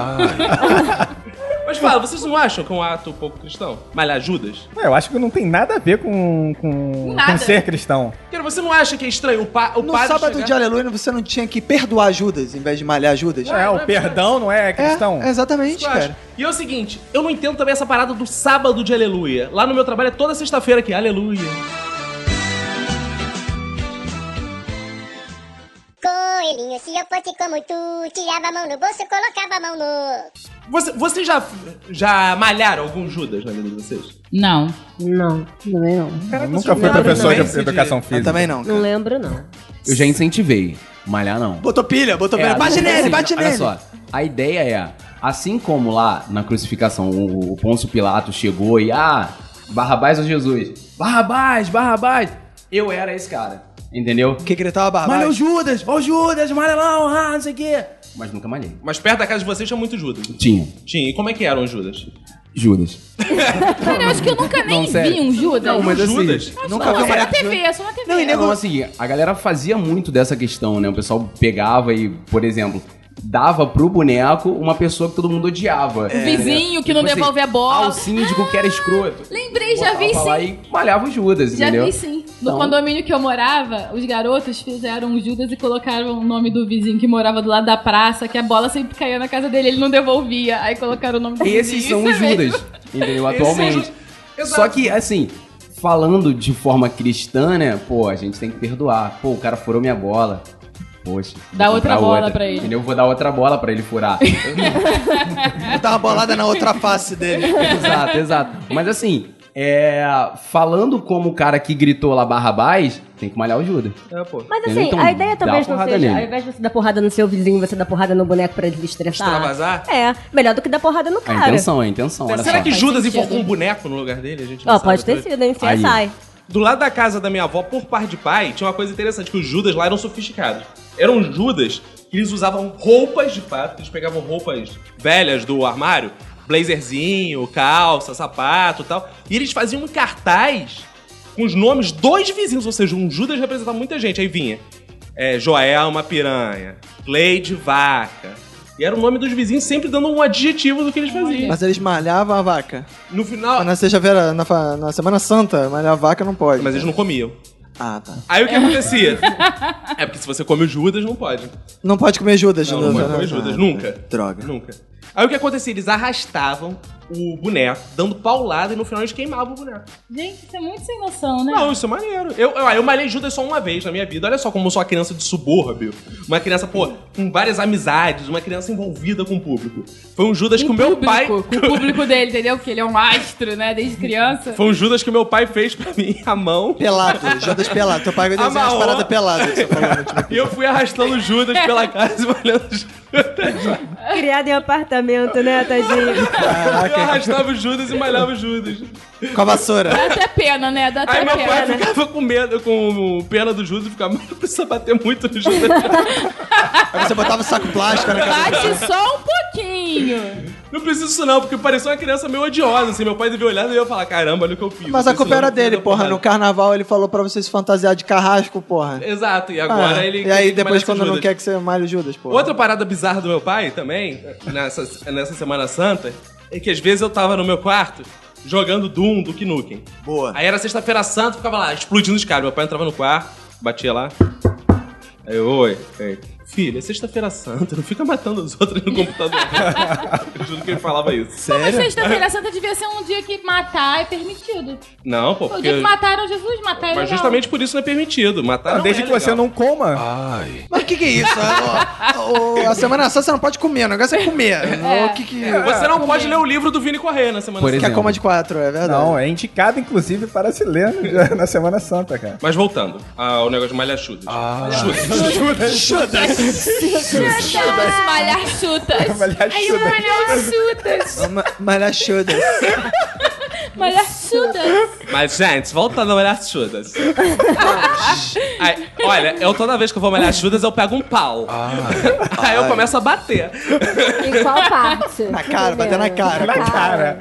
A: Mas fala, vocês não acham que é um ato pouco cristão? Malhar Judas?
E: Ué, É, eu acho que não tem nada a ver com, com,
C: Nada.
E: com ser cristão.
A: Cara, você não acha que é estranho o, pa, o
B: No
A: padre
B: sábado
A: chegar-
B: de aleluia, você não tinha que perdoar Judas em vez de malhar Judas?
E: É, o perdão não é cristão.
B: É, exatamente,
A: Eu acho.
B: cara.
A: E é o seguinte, eu não entendo também essa parada do sábado de aleluia. Lá no meu trabalho é toda sexta-feira aqui, aleluia.
H: Coelhinho, se eu fosse como tu, tirava a mão no bolso, colocava a mão no.
A: Você, vocês já, já malharam algum Judas na vida de vocês?
C: Não.
D: Não, também não.
E: Eu nunca fui
A: nada
E: professor de
A: também, Cid.
E: educação física.
B: Eu também não.
F: Não
B: Cara.
F: lembro, não.
G: Eu já incentivei. Malhar não.
B: Botou pilha, botou
G: É,
B: pilha.
G: a-
B: Bate nele,
G: assim,
B: bate
G: olha
B: nele.
G: só, a ideia é, assim como lá na crucificação o, o Pôncio Pilato chegou e, ah, Barrabás ou Jesus? Barrabás, Barrabás! Eu era esse cara, entendeu?
B: Que gritava
G: Malha o
B: barbaridade.
G: Judas, ó o Judas, malha lá, ah, não sei o quê. Mas nunca malhei.
A: Mas perto da casa de vocês tinha muito Judas.
G: Tinha,
A: Tinha. E como é que eram os Judas?
G: Judas.
C: Cara, eu acho que eu nunca nem
G: Não,
C: vi
G: sério.
C: um Judas.
G: Não, mas
A: Os
G: assim,
A: Judas?
C: Acho que
B: nunca vi
C: eu só
B: um
C: na
B: moleque
C: TV, é só na TV.
B: Não, e
G: É,
B: nego-
G: não, assim, a galera fazia muito dessa questão, né? O pessoal pegava e, por exemplo, dava pro boneco uma pessoa que todo mundo odiava.
A: É.
C: O vizinho que não
G: Tipo assim,
C: devolve a bola.
G: Ah, o síndico que era escroto.
C: Lembrei, já vi
G: Botava lá
C: sim.
G: E malhava o Judas,
C: Já
G: entendeu?
C: vi sim. No
G: Então-
C: condomínio que eu morava, os garotos fizeram um Judas e colocaram o nome do vizinho que morava do lado da praça, que a bola sempre caía na casa dele, ele não devolvia. Aí colocaram o nome do vizinho.
G: Esses são os
C: isso é mesmo.
G: Judas, entendeu?
A: Esses são os
G: Atualmente.
A: Judas. Exato.
G: Só que, assim, falando de forma cristã, né? Pô, a gente tem que perdoar. Pô, o cara furou minha bola. Poxa. vou
C: Dá outra
G: comprar
C: bola pra ele.
G: Entendeu? Vou dar outra bola pra ele furar.
B: Eu tava bolada na outra face dele.
G: exato, exato. Mas assim, é, falando como o cara que gritou lá Barrabás, tem que malhar o Judas.
A: É, pô.
F: Mas assim,
G: Entendeu? Então,
F: a ideia
G: dá
F: talvez
G: uma
F: não
G: porrada
F: seja.
G: nele.
F: Ao invés de você dar porrada no seu vizinho, você dar porrada no boneco pra ele se estressar.
A: Extravasar?
F: É, melhor do que dar porrada no
G: A
F: cara.
G: intenção, a intenção. Olha
A: Será
G: só.
A: que
C: Faz
A: Judas
C: sentido.
A: enforcou um boneco no lugar dele? A gente não
F: Ó,
A: sabe é
F: pode ter
A: até hoje.
F: sido, hein?
G: Aí.
F: CSI.
A: Do lado da casa da minha avó, por par de pai, tinha uma coisa interessante, que os Judas lá eram sofisticados. Eram Judas que eles usavam roupas de fato, eles pegavam roupas velhas do armário, blazerzinho, calça, sapato e tal, e eles faziam um cartaz com os nomes dos vizinhos, ou seja, um Judas representava muita gente. Aí vinha é, Joelma Piranha, Cleide Vaca, e era o nome dos vizinhos sempre dando um adjetivo do que eles faziam.
B: Mas eles malhavam a vaca.
A: No final...
B: Mas Na sexta-feira, na, fa- na Semana Santa, malhar a vaca não pode.
A: Mas eles não comiam.
B: Ah, tá.
A: Aí o que acontecia? é porque se você come o Judas, não pode.
B: Não pode comer Judas.
A: Não,
B: de
A: não
B: novo,
A: pode comer Judas, nunca.
B: Droga.
A: Nunca. Aí o que acontecia? Eles arrastavam o boneco, dando paulada e no final eles queimavam o boneco.
C: Gente, isso é muito sem noção, né?
A: Não, isso é maneiro. Eu, eu, eu malhei Judas só uma vez na minha vida. Olha só como eu sou uma criança de subúrbio. Uma criança, pô, com várias amizades, uma criança envolvida com o público. Foi um Judas que o meu
C: público,
A: pai. um
C: Com o público dele, entendeu? Porque ele é um astro, né? Desde criança.
A: Foi um Judas que o meu pai fez pra mim à mão.
B: Pelado, Judas pelado. Teu pai vai
A: A
B: desenhar as
A: Maô-
B: paradas peladas. que você falou no último.
A: E eu fui arrastando o Judas pela casa e malhando o Judas.
F: Criado em apartamento, né, Tadinho?
A: Eu arrastava o Judas e malhava o Judas.
B: Com a vassoura.
C: Dá até pena, né? Dá até
A: Aí meu
C: pena.
A: pai ficava com medo, com pena do Judas e ficava, mas não precisa bater muito no Judas.
B: Aí você botava saco plástico na cara.
C: Bate só um pouquinho.
A: não precisa isso não, porque parecia uma criança meio odiosa, assim. Meu pai devia olhar e eu ia falar, caramba, olha o que eu fiz.
B: Mas
A: Não
B: a
A: sei
B: culpa
A: se não,
B: era
A: não sei
B: dele,
A: da
B: porra. No
A: porrada.
B: carnaval ele falou pra você se fantasiar de carrasco, porra.
A: Exato, e agora
B: Ah,
A: ele...
B: E aí
A: ele
B: depois
A: malha
B: quando
A: Judas.
B: não quer que você malhe o Judas, porra.
A: Outra parada bizarra do meu pai também, nessa, nessa Semana Santa, é que às vezes eu tava no meu quarto jogando Doom do Knuckles.
B: Boa.
A: Aí era sexta-feira santa, ficava lá, explodindo os caras. Meu pai entrava no quarto, batia lá. Aí, eu, oi, ei. Filho, é sexta-feira santa, não fica matando os outros no computador. eu juro que ele falava isso.
C: Pô, mas sexta-feira santa devia ser um dia que matar é permitido.
A: Não, pô,
C: Pô, O
A: porque...
C: dia que mataram Jesus, matar é
A: Mas
C: legal.
A: justamente por isso não é permitido. Matar não
E: Desde
A: é
E: que você
A: legal.
E: não coma.
I: Ai,
B: Mas o que, que é isso? Ah, o- o- a semana santa você não pode comer, o negócio é comer.
C: É.
B: O que que.
A: Você não pode ler o livro do Vini Correia na Semana
G: Por
A: Santa.
B: Que é coma de quatro, é verdade.
E: Não, é indicado, inclusive, para se ler no dia- na Semana Santa, cara.
A: Mas voltando ao negócio de malhar chudas. Chudas.
C: Chutas, malhar chutas.
E: Malhar
C: Aí eu
E: chutas.
C: malhar um chutas.
E: é.
B: Ma- Malhar Judas.
C: Malhar chutas.
A: Mas, gente, voltando a malhar Judas. Aí, olha, eu toda vez que eu vou malhar Judas, eu pego um pau. Aí eu começo a bater.
D: Em qual parte?
B: Na cara, Tá bater na cara.
E: Na cara.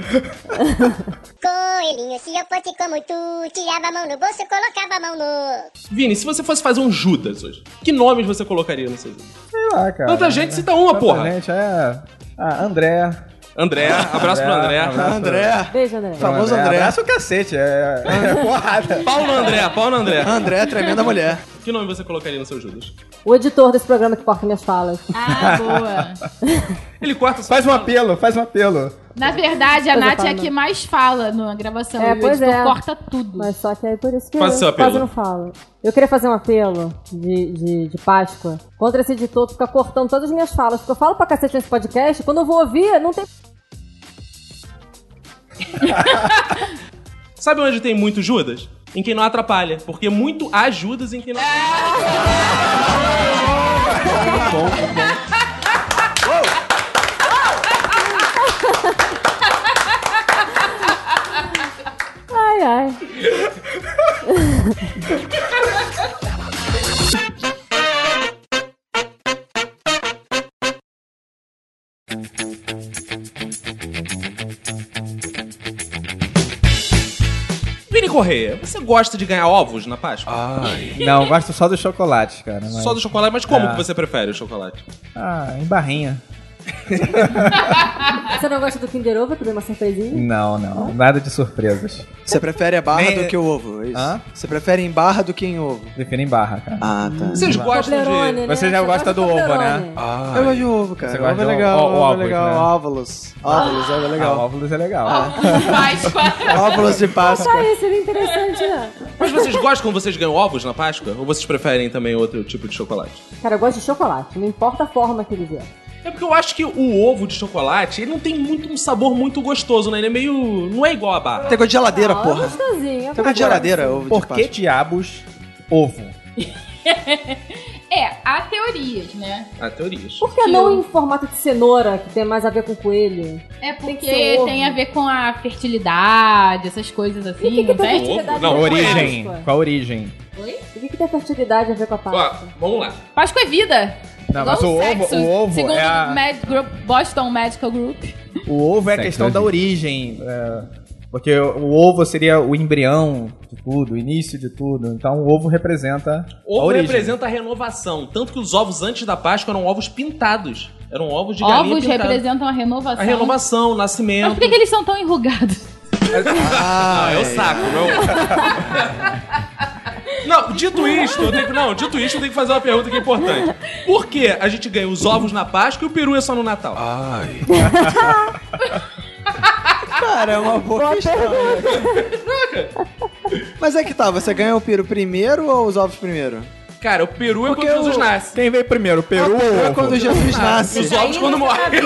H: Coelhinho, se eu fosse como tu, tirava a mão no bolso, colocava a mão no.
A: Vini, se você fosse fazer um Judas hoje, que nomes você colocaria no seu Judas?
E: Sei lá, cara.
A: Tanta gente, cita uma,
E: Tanta
A: porra.
E: gente, é. Ah, André.
A: André, abraço pro André.
B: André.
D: Beijo, André.
B: Famoso André.
E: é, Abraço o cacete, é, é porrada.
A: Pau no André, pau no André.
B: André, é tremenda mulher.
A: Que nome você colocaria no seu Judas?
D: O editor desse programa que corta minhas falas.
C: Ah, boa.
A: Ele corta só
E: Faz um
A: uma
E: apelo, faz um apelo.
C: Na verdade, a
D: Coisa
C: Nath é a
D: falando.
C: que mais fala na gravação.
D: É,
C: e o
D: pois
C: editor
D: é.
C: corta tudo.
D: Mas só que aí por isso que
A: Faz
D: eu
A: seu apelo.
D: quase não falo. Eu queria fazer um apelo de, de, de Páscoa contra esse editor que fica cortando todas as minhas falas. Porque eu falo pra cacete nesse podcast, quando eu vou ouvir, não tem.
A: Sabe onde tem muito Judas? Em quem não atrapalha. Porque muito há Judas em quem não atrapalha.
D: Ai, ai.
A: Vini Correia, você gosta de ganhar ovos na Páscoa?
E: Não, gosto só do chocolate, cara. mas-
A: Só do chocolate, mas como
E: É.
A: que você prefere o chocolate?
E: Ah, em barrinha.
D: Você não gosta do Kinder Ovo? Tu deu uma surpresinha?
E: Não, não. Nada de surpresas.
B: Você prefere a barra
E: Nem-
B: do que o ovo? é Isso.
E: Hã?
B: Você prefere em barra do que em ovo?
E: Prefiro em barra, cara.
B: Ah, tá.
A: Vocês
F: Hum.
A: gostam
D: Toblerone,
A: de.
D: né?
E: Você já
D: Você
E: gosta do ovo, né?
D: Toblerone.
B: eu gosto de ovo, cara.
E: Você gosta
B: ovo é
E: de ovo?
B: legal,
E: Ó,
B: ovo,
E: óvulos,
B: é legal.
E: né?
B: Óvulos. Óvulos, ovo é
E: Ah,
B: legal.
E: óvulos é legal.
C: Ah, Páscoa.
B: Óvulos de
D: É Só
B: Páscoa.
D: isso, seria interessante, né?
A: Mas vocês gostam quando vocês ganham ovos na Páscoa? Ou vocês preferem também outro tipo de chocolate?
D: Cara, eu gosto de chocolate, não importa a forma que ele vier.
A: É porque eu acho que o ovo de chocolate, ele não tem muito um sabor muito gostoso, né? Ele é meio. não é igual a barra.
B: Tem gosto de geladeira,
D: Ah, é
B: porra.
D: gostosinho, é
B: Tem gosto de
D: gostoso.
B: geladeira, ovo
E: Por
B: de
E: que
B: Páscoa.
E: diabos ovo?
C: É, há teorias, né?
A: Ah, teorias.
D: Por que não em formato de cenoura, que tem mais a ver com coelho?
C: É porque
D: que ser
C: tem,
D: ovo.
C: a ver com a fertilidade, essas coisas assim,
D: E o que, que
C: não
D: tem
C: tem?
D: fertilidade
A: Não,
D: a ver com
E: origem.
D: Páscoa?
E: Qual a origem?
C: Oi?
D: O que, que tem fertilidade a ver com a
A: Ó,
D: Páscoa?
A: vamos lá.
C: Páscoa é vida.
E: Não, mas
C: Igual
E: o ovo-
C: sexo,
E: o ovo
C: segundo
E: é a-
C: o Med Group, Boston Medical Group.
E: O ovo é a
G: Sexo,
E: questão
G: né,
E: da origem. é, porque o ovo seria o embrião de tudo, o início de tudo. Então o ovo representa. a
A: Ovo
E: origem.
A: representa a renovação. Tanto que os ovos antes da Páscoa eram ovos pintados. Eram ovos de galinha
C: Ovos
A: pintada.
C: representam a renovação.
A: A renovação, o
C: Mas
A: nascimento.
C: por que, que eles são tão enrugados?
A: Ah,
B: Ah,
A: é o saco, não. Não, dito isto, eu tenho que, não, dito isto, eu tenho que fazer uma pergunta que é importante. Por que a gente ganha os ovos na Páscoa e o peru é só no Natal?
B: Cara, é uma boa, questão. né? Mas é que tá, você ganha o piro primeiro ou os ovos primeiro?
A: Cara, o peru é
B: Porque
A: quando Jesus
B: o-
A: nasce.
E: Quem veio primeiro, o peru ou
B: Ah,
E: o
B: é
E: ovo?
B: quando Jesus nasce.
A: Os ovos
C: tá
A: quando morre.
D: né?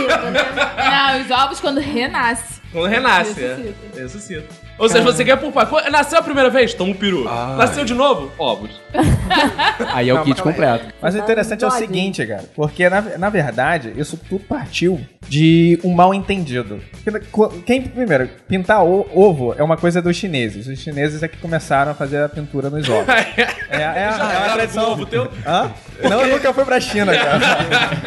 C: Não, os ovos quando renasce.
A: Quando renasce. é.
C: Ressuscita.
A: Ressuscita. Ou seja, você ganha por Páscoa. Nasceu a primeira vez? Toma um peru. Nasceu de novo? Ovos.
G: Aí é o kit completo.
E: Mas o interessante é o
D: Pode.
E: seguinte, cara, porque na, na verdade isso tudo partiu de um mal entendido. Porque, Quem, primeiro, pintar o- ovo é uma coisa dos chineses. Os chineses é que começaram a fazer a pintura nos ovos. É, é, é
A: Ah,
E: uma tradição.
A: ovo teu?
E: Hã? Não, eu nunca fui pra China, cara.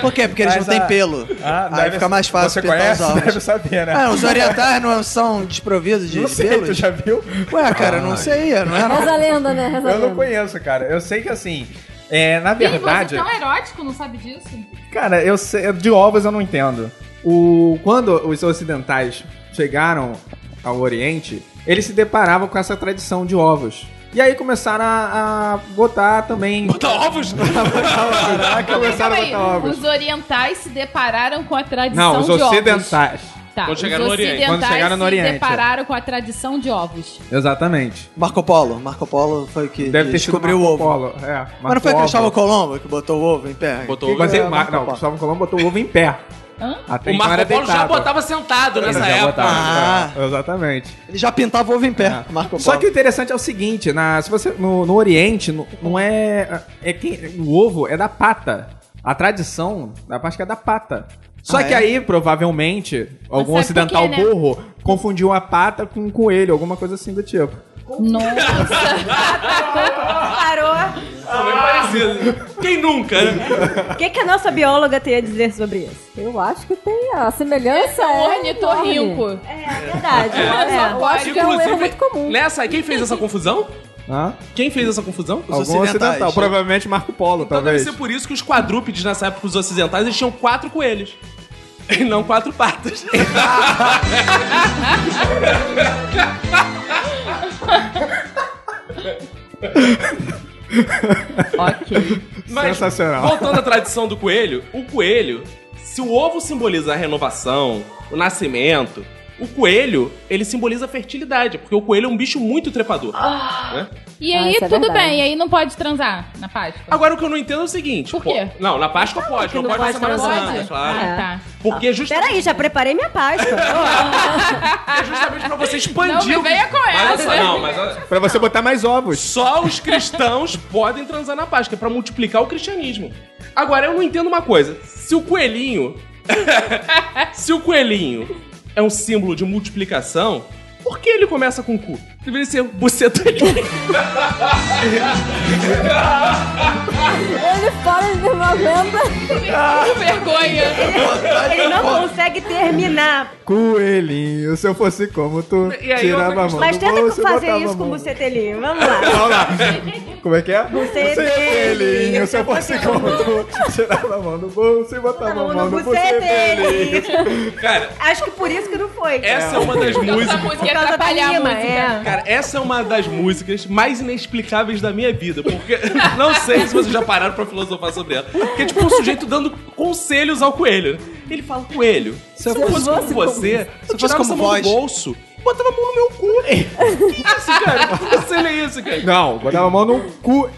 B: Por quê? Porque eles
E: Mas
B: não têm
E: a-
B: pelo.
E: Ah,
B: Aí
E: deve-
B: fica mais fácil
E: Você
B: pintar
E: conhece?
B: os ovos.
E: Deve saber, né?
B: Ah, os orientais não são desprovidos de
E: não sei, tu
B: pelos?
E: já Ah. viu?
B: Ué, cara, não sei, não é não.
D: Reza a lenda, né? Reza a
E: Eu não
D: lenda.
E: conheço, cara. Eu sei que assim, é, na
C: Ih, você
E: verdade.
C: é tão erótico, não sabe disso?
E: Cara, eu sei, de ovos eu não entendo. O, quando os ocidentais chegaram ao Oriente, eles se deparavam com essa tradição de ovos. E aí começaram a, a botar também. né?
A: Tá ovos?
E: É começaram a
C: Calma aí,
E: botar ovos.
C: os orientais se depararam com a tradição
E: Não, os
C: de ovos.
E: ocidentais.
C: Tá,
A: Quando
C: os
A: chegaram no Oriente.
C: ocidentais
E: Quando chegaram no
C: se
E: Oriente, é.
C: depararam com a tradição de ovos.
E: Exatamente.
B: Marco Polo. Marco Polo foi o que
E: Deve ter sido
B: descobriu o
E: Marco
B: ovo.
E: Polo, É,
B: Mas não foi Cristóvão Colombo que botou o ovo em pé?
A: Botou
E: Mas ele-
B: É,
E: Mar- Não,
B: Marco
E: Cristóvão Colombo botou o ovo em pé.
C: Hã?
E: Até
A: O
E: então era
A: Marco Polo já
E: deitado.
A: botava sentado nessa
E: Ele já
A: época.
E: botava,
B: Ah.
E: é, Exatamente.
B: Ele já pintava ovo em pé, Marco Polo.
E: Só que o interessante é o seguinte, na, se você, no, no Oriente, no- não é. é quem, o ovo é da pata. A tradição da Páscoa é da pata. Só
B: Ah,
E: que
B: é?
E: aí, provavelmente, algum
C: sabe
E: ocidental
C: por quê, né?
E: burro confundiu a pata com um coelho, alguma coisa assim do tipo.
F: Parou.
A: Foi parecido. Quem nunca, né?
F: O que, que a nossa bióloga tem a dizer sobre isso?
D: Eu acho que tem a semelhança.
C: Um
D: é enorme.
C: ornitorrinco.
F: É verdade.
D: Eu acho que é um erro muito comum.
A: Nessa, quem fez essa confusão?
E: Hã?
A: Quem fez essa confusão?
B: Os
E: né? Algum
B: ocidentais,
E: ocidental.
B: né?
E: Provavelmente Marco Polo,
A: Então deve
E: talvez.
A: ser por isso que os quadrúpedes nessa época, os ocidentais, eles tinham quatro coelhos. Não quatro patas.
C: Ok.
A: Mas,
E: Sensacional.
A: Voltando à tradição do coelho, o coelho, se o ovo simboliza a renovação, o nascimento, o coelho, ele simboliza a fertilidade, porque o coelho é um bicho muito trepador. né?
C: E
D: Ah,
C: aí,
D: isso é
C: tudo
D: verdade.
C: bem, e aí não pode transar na Páscoa.
A: Agora o que eu não entendo é o seguinte.
C: Por quê?
A: pô, não, na Páscoa pode,
F: que
A: não,
F: não
A: pode na
F: pode
A: Semana
F: transar.
A: Santa, claro. É.
C: Ah, tá.
A: Porque justa-
F: Peraí, já preparei minha Páscoa.
A: é justamente pra você expandir.
C: Não, me
A: o-
C: venha com
A: Mas
C: essa. né?
A: olha só, Não, mas olha-
E: Pra você botar mais ovos.
A: Só os cristãos podem transar na Páscoa, é pra multiplicar o cristianismo. Agora, eu não entendo uma coisa. Se o coelhinho... se o coelhinho é um símbolo de multiplicação, por que ele começa com cu? Deveria ser buceta
D: Ele fora de 90.
C: Que vergonha.
F: Ele não consegue terminar.
E: Coelhinho, se eu fosse como tu,
A: E aí, outra
E: tirava a mão
F: Mas
E: do
F: tenta
E: bolso e
F: fazer
E: botava a
F: isso com
E: mão. Tá
F: o bucetelinho. Vamos lá.
E: Vamos lá. Como é que é?
F: Você
E: Você
F: é
E: coelhinho,
F: coelhinho,
E: se eu fosse como tu, tirava a mão do bolso e botava a mão
F: Tava no é
E: no é
F: bucetelinho.
E: bucetelinho.
A: Cara,
F: Acho que por isso que não foi. cara.
A: essa é uma das
C: Essa
A: músicas...
C: música ia
F: causa da
C: atrapalhar a
F: rima,
C: música.
F: é.
A: Cara, essa é uma das músicas mais inexplicáveis da minha vida, porque não sei se vocês já pararam pra filosofar sobre ela. Porque é tipo um sujeito dando conselhos ao coelho. né? Ele fala, coelho, se eu fosse como um você, eu
B: fosse
A: tirava
B: como
A: essa mão do
B: vós."
A: bolso, botava a mão no meu cu. Isso, cara, que conselho é esse, cara?
E: Não, botava a mão no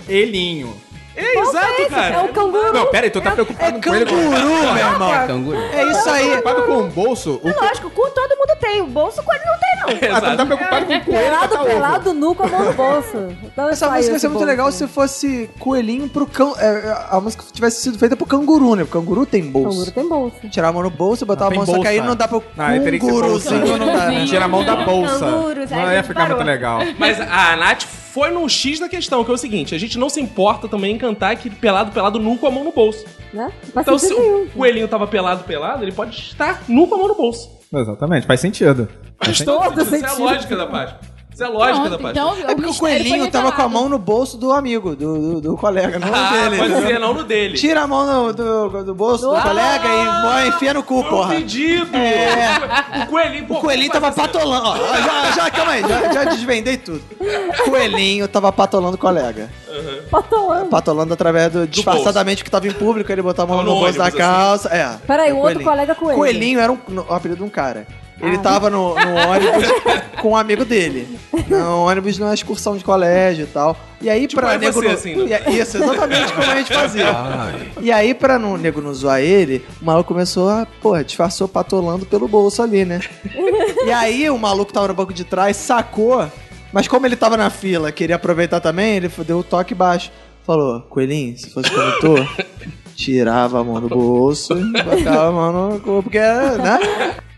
E: coelhinho.
A: É exato,
D: É
F: um
A: cara.
D: o canguru.
E: Não, pera aí, tu tá preocupado
B: É
E: com ele.
B: canguru, meu irmão.
G: Canguru.
B: É isso aí.
E: Preocupado com o bolso? O co-
F: Lógico, cu todo mundo tem. O bolso quase não tem, não.
E: Ah, tu tá
A: Exato.
E: preocupado com o tá- coelho
D: Pelado,
E: botar ovo.
D: pelado, nu com a mão no bolso. Então,
B: Tá Essa
D: só
B: música ia
D: isso,
B: ser muito
D: bolso.
B: legal se fosse coelhinho pro cão. é, a música tivesse sido feita pro canguru, né? Porque canguru tem bolso.
F: um
D: Canguru tem bolso.
B: Tirar a mão no bolso, botar
E: Não,
B: a
E: tem
B: mão, só que
E: bolsa. Ah, é
B: aí não dá pro
E: Não, aí teria que ser
B: canguruzinho,
E: bolsa.
B: não dá, né?
E: Tira a mão da bolsa.
F: Canguros, aí
E: Não
F: a
E: ia
F: gente
E: ficar muito
F: parou.
E: legal.
A: Mas a Nath foi no X da questão, que é o seguinte, a gente não se importa também em cantar que pelado, pelado, nu com a mão no bolso.
D: Né? Não faz
A: Então se
D: sentido
A: o
D: nenhum.
A: coelhinho tava pelado, pelado, ele pode estar nu com a mão no bolso.
E: Exatamente, faz sentido.
A: Faz
D: todo
A: todo Isso é a
D: sentido.
A: lógica da Páscoa. Isso é a lógica da
C: Pronto,
A: Páscoa.
C: então,
B: É porque o
C: mistério
B: coelhinho
C: foi
B: tava com a
C: revelado.
B: mão no bolso do amigo, do, do, do colega, não
A: ah,
B: dele.
A: pode
B: entendeu?
A: ser, não no dele.
B: Tira a mão no- do, do bolso do
A: Ah,
B: colega e mó- enfia no cu,
A: Foi
B: porra.
A: um pedido.
B: É.
A: O coelhinho, pô,
B: O coelhinho tava
A: faz essa-
B: patolando. Ó, já, já, calma aí, já, já desvendei tudo. O coelhinho tava patolando o colega.
F: um.
D: Patolando.
B: Patolando através do. disfarçadamente que tava em público, ele botou a mão
A: Tava
B: no,
A: no
B: bolso da
A: ônibus,
B: calça. É.
D: Peraí,
B: É
D: um
B: o
D: outro colega com ele.
B: Coelhinho era um, no- o apelido de um cara. Ele tava no, no ônibus com um amigo dele. No ônibus numa excursão de colégio e tal. E aí,
A: Tipo,
B: pra
A: é
B: nego.
A: você,
B: não-
A: assim, né?
B: e é- Isso, exatamente como a gente fazia. E aí, pra não, nego não zoar ele, o maluco começou a, porra, disfarçou patolando pelo bolso ali, né? e aí, o maluco tava no banco de trás, sacou. Mas como ele tava na fila, queria aproveitar também, ele deu o toque baixo. Falou, coelhinho, se fosse como tu, tirava a mão do bolso e botava a mão no corpo, porque era, né?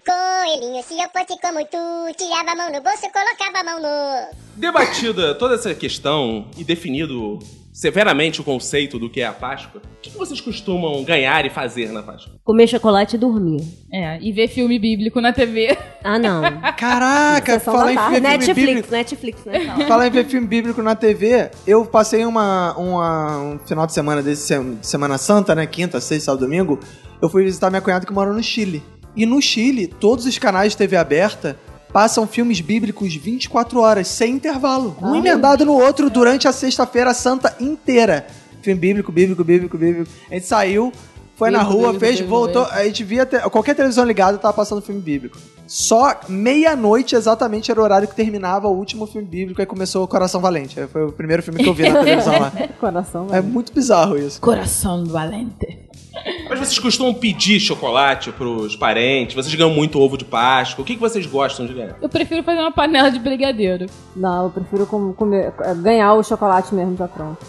H: Coelhinho, se eu fosse como tu, tirava a mão no bolso, colocava a mão no.
A: Debatida toda essa questão e definido severamente o conceito do que é a Páscoa, o que vocês costumam ganhar e fazer na Páscoa?
F: Comer chocolate e dormir.
C: É, e ver filme bíblico na TV.
F: Ah, não.
B: Caraca,
D: Sessão
B: falar
D: da
B: em
D: tarde.
B: ver filme
F: é um Netflix,
B: bíblico.
F: Netflix, né?
B: Falar em ver filme bíblico na TV, eu passei uma, uma- um final de semana desse sem- Semana Santa, né? Quinta, sexta, sábado, domingo. Eu fui visitar minha cunhada que mora no Chile. E no Chile, todos os canais de TV aberta passam filmes bíblicos 24 horas, sem intervalo.
C: Ah.
B: Um emendado no outro durante a sexta-feira santa inteira. Filme bíblico, bíblico, bíblico, bíblico. A gente saiu, foi na
C: Bíblico,
B: rua,
C: bíblico,
B: fez,
C: bíblico,
B: voltou. A gente via te- qualquer televisão ligada tava passando filme bíblico. Só meia-noite exatamente era o horário que terminava o último filme bíblico aí começou o Coração Valente. Aí Foi o primeiro filme que eu vi na televisão lá.
D: Coração,
B: É
D: velho.
B: muito bizarro isso.
C: Coração valente.
A: Mas vocês costumam pedir chocolate pros parentes? Vocês ganham muito ovo de Páscoa? O que, que vocês gostam de ganhar?
C: Eu prefiro fazer uma panela de brigadeiro.
D: Não, eu prefiro com- comer- é, ganhar o chocolate mesmo já pronto.